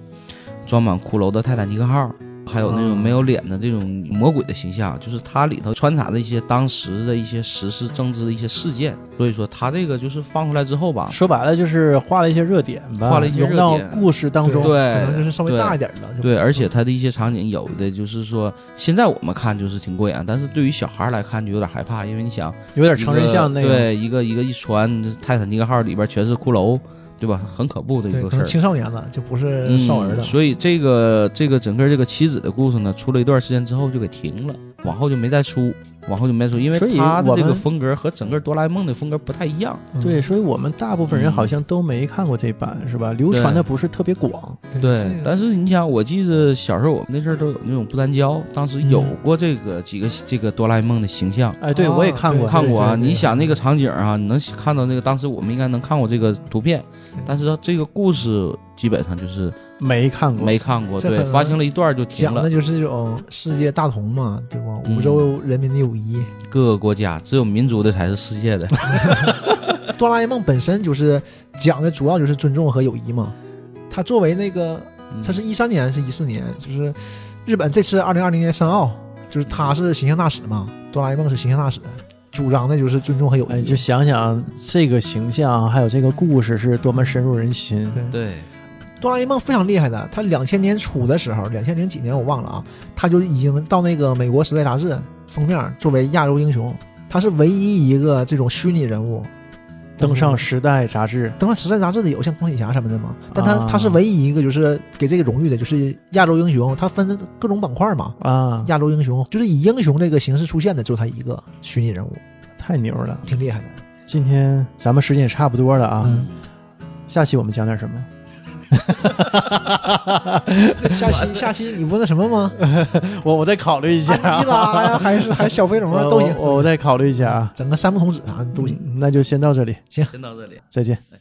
S3: 装满骷髅的泰坦尼克号，还有那种没有脸的这种魔鬼的形象，就是它里头穿插的一些当时的一些时事政治的一些事件。所以说，它这个就是放出来之后吧，
S1: 说白了就是画了一些热点吧，
S3: 啊画了一些
S1: 融
S3: 热
S1: 到
S3: 点
S1: 故事当中。
S3: 对
S2: 可能就是稍微
S3: 对
S2: 大一点的，就嗯
S3: 对，而且它的一些场景有的就是说，现在我们看就是挺过瘾啊，但是对于小孩儿来看就有点害怕，因为你想
S1: 有点
S3: 一
S1: 成人
S3: 个
S1: 像那嗯个。
S3: 对，一个一个一船泰坦尼克号里边全是骷髅，对吧？很可怖的一
S2: 对，
S3: 个
S2: 可
S3: 事
S2: 能
S3: 儿。
S2: 青少年了，就不是
S3: 嗯
S2: 少儿的。
S3: 所以这个这个整个这个妻子的故事呢，出了一段时间之后就给停了，往后就没再出，往后就没再出，因为
S1: 所以
S3: 他的
S1: 我
S3: 这个
S1: 们
S3: 风格和整个哆啦 A 梦的风格不太一样。
S2: 嗯
S1: 对，所以我们大部分人
S3: 嗯
S1: 好像都没看过这版，是吧？流传的不是特别广。
S3: 对，但是你想，我记得小时候我们那阵儿都有那种不丹胶，当时有
S2: 嗯
S3: 过这个几个这个哆啦 A 梦的形象。
S1: 哎，对
S2: 哦
S1: 我也看过，
S2: 对
S3: 看过啊，
S1: 对对
S3: 你想
S2: 嗯
S3: 那个场景啊，你能看到那个当时我们应该能看过这个图片，但是这个故事基本上就是
S1: 没看过？
S3: 没看过，
S2: 这
S3: 对
S2: 可，能
S3: 发行了一段就停
S2: 讲
S3: 了
S2: 的。就是这种世界大同嘛，对吧？
S3: 嗯
S2: 五洲人民的友谊。
S3: 各个国家只有民族的才是世界的，
S2: 哆啦 A 梦本身就是讲的主要就是尊重和友谊嘛。它作为那个，
S3: 嗯
S2: 它是一三年还是一四年，就是日本这次二零二零年申奥，就是他是形象大使嘛，哆啦 A 梦是形象大使，主张的就是尊重和友
S1: 哎，
S2: 谊。
S1: 就想想这个形象，还有这个故事是多么深入人心。
S2: 对
S3: 嗯对，
S2: 哆啦 A 梦非常厉害的，他两千年初的时候，两千零几年我忘了啊，他就已经到那个美国《时代》杂志封面作为亚洲英雄，他是唯一一个这种虚拟人物
S1: 登上《时代》杂志，
S2: 登上《时代》杂志的有像钢铁侠什么的嘛，但他、
S1: 啊
S2: 他是唯一一个就是给这个荣誉的，就是亚洲英雄，他分各种板块嘛，
S1: 啊，
S2: 亚洲英雄就是以英雄这个形式出现的，就他一个虚拟人物，
S1: 太牛了！
S2: 挺厉害的。
S1: 今天咱们时间也差不多了啊，
S2: 嗯
S1: 下期我们讲点什 么？
S2: 下期下期你不那什么 吗？
S1: 我我再考虑一下
S2: 安吉拉呀，
S1: 啊，
S2: 还是还是小飞龙啊，
S1: 我
S2: 都行，
S1: 我我再考虑一下啊，
S2: 整个三木童子啊都行。
S1: 嗯，那就先到这里，
S3: 先到这里。
S1: 再见。
S3: 哎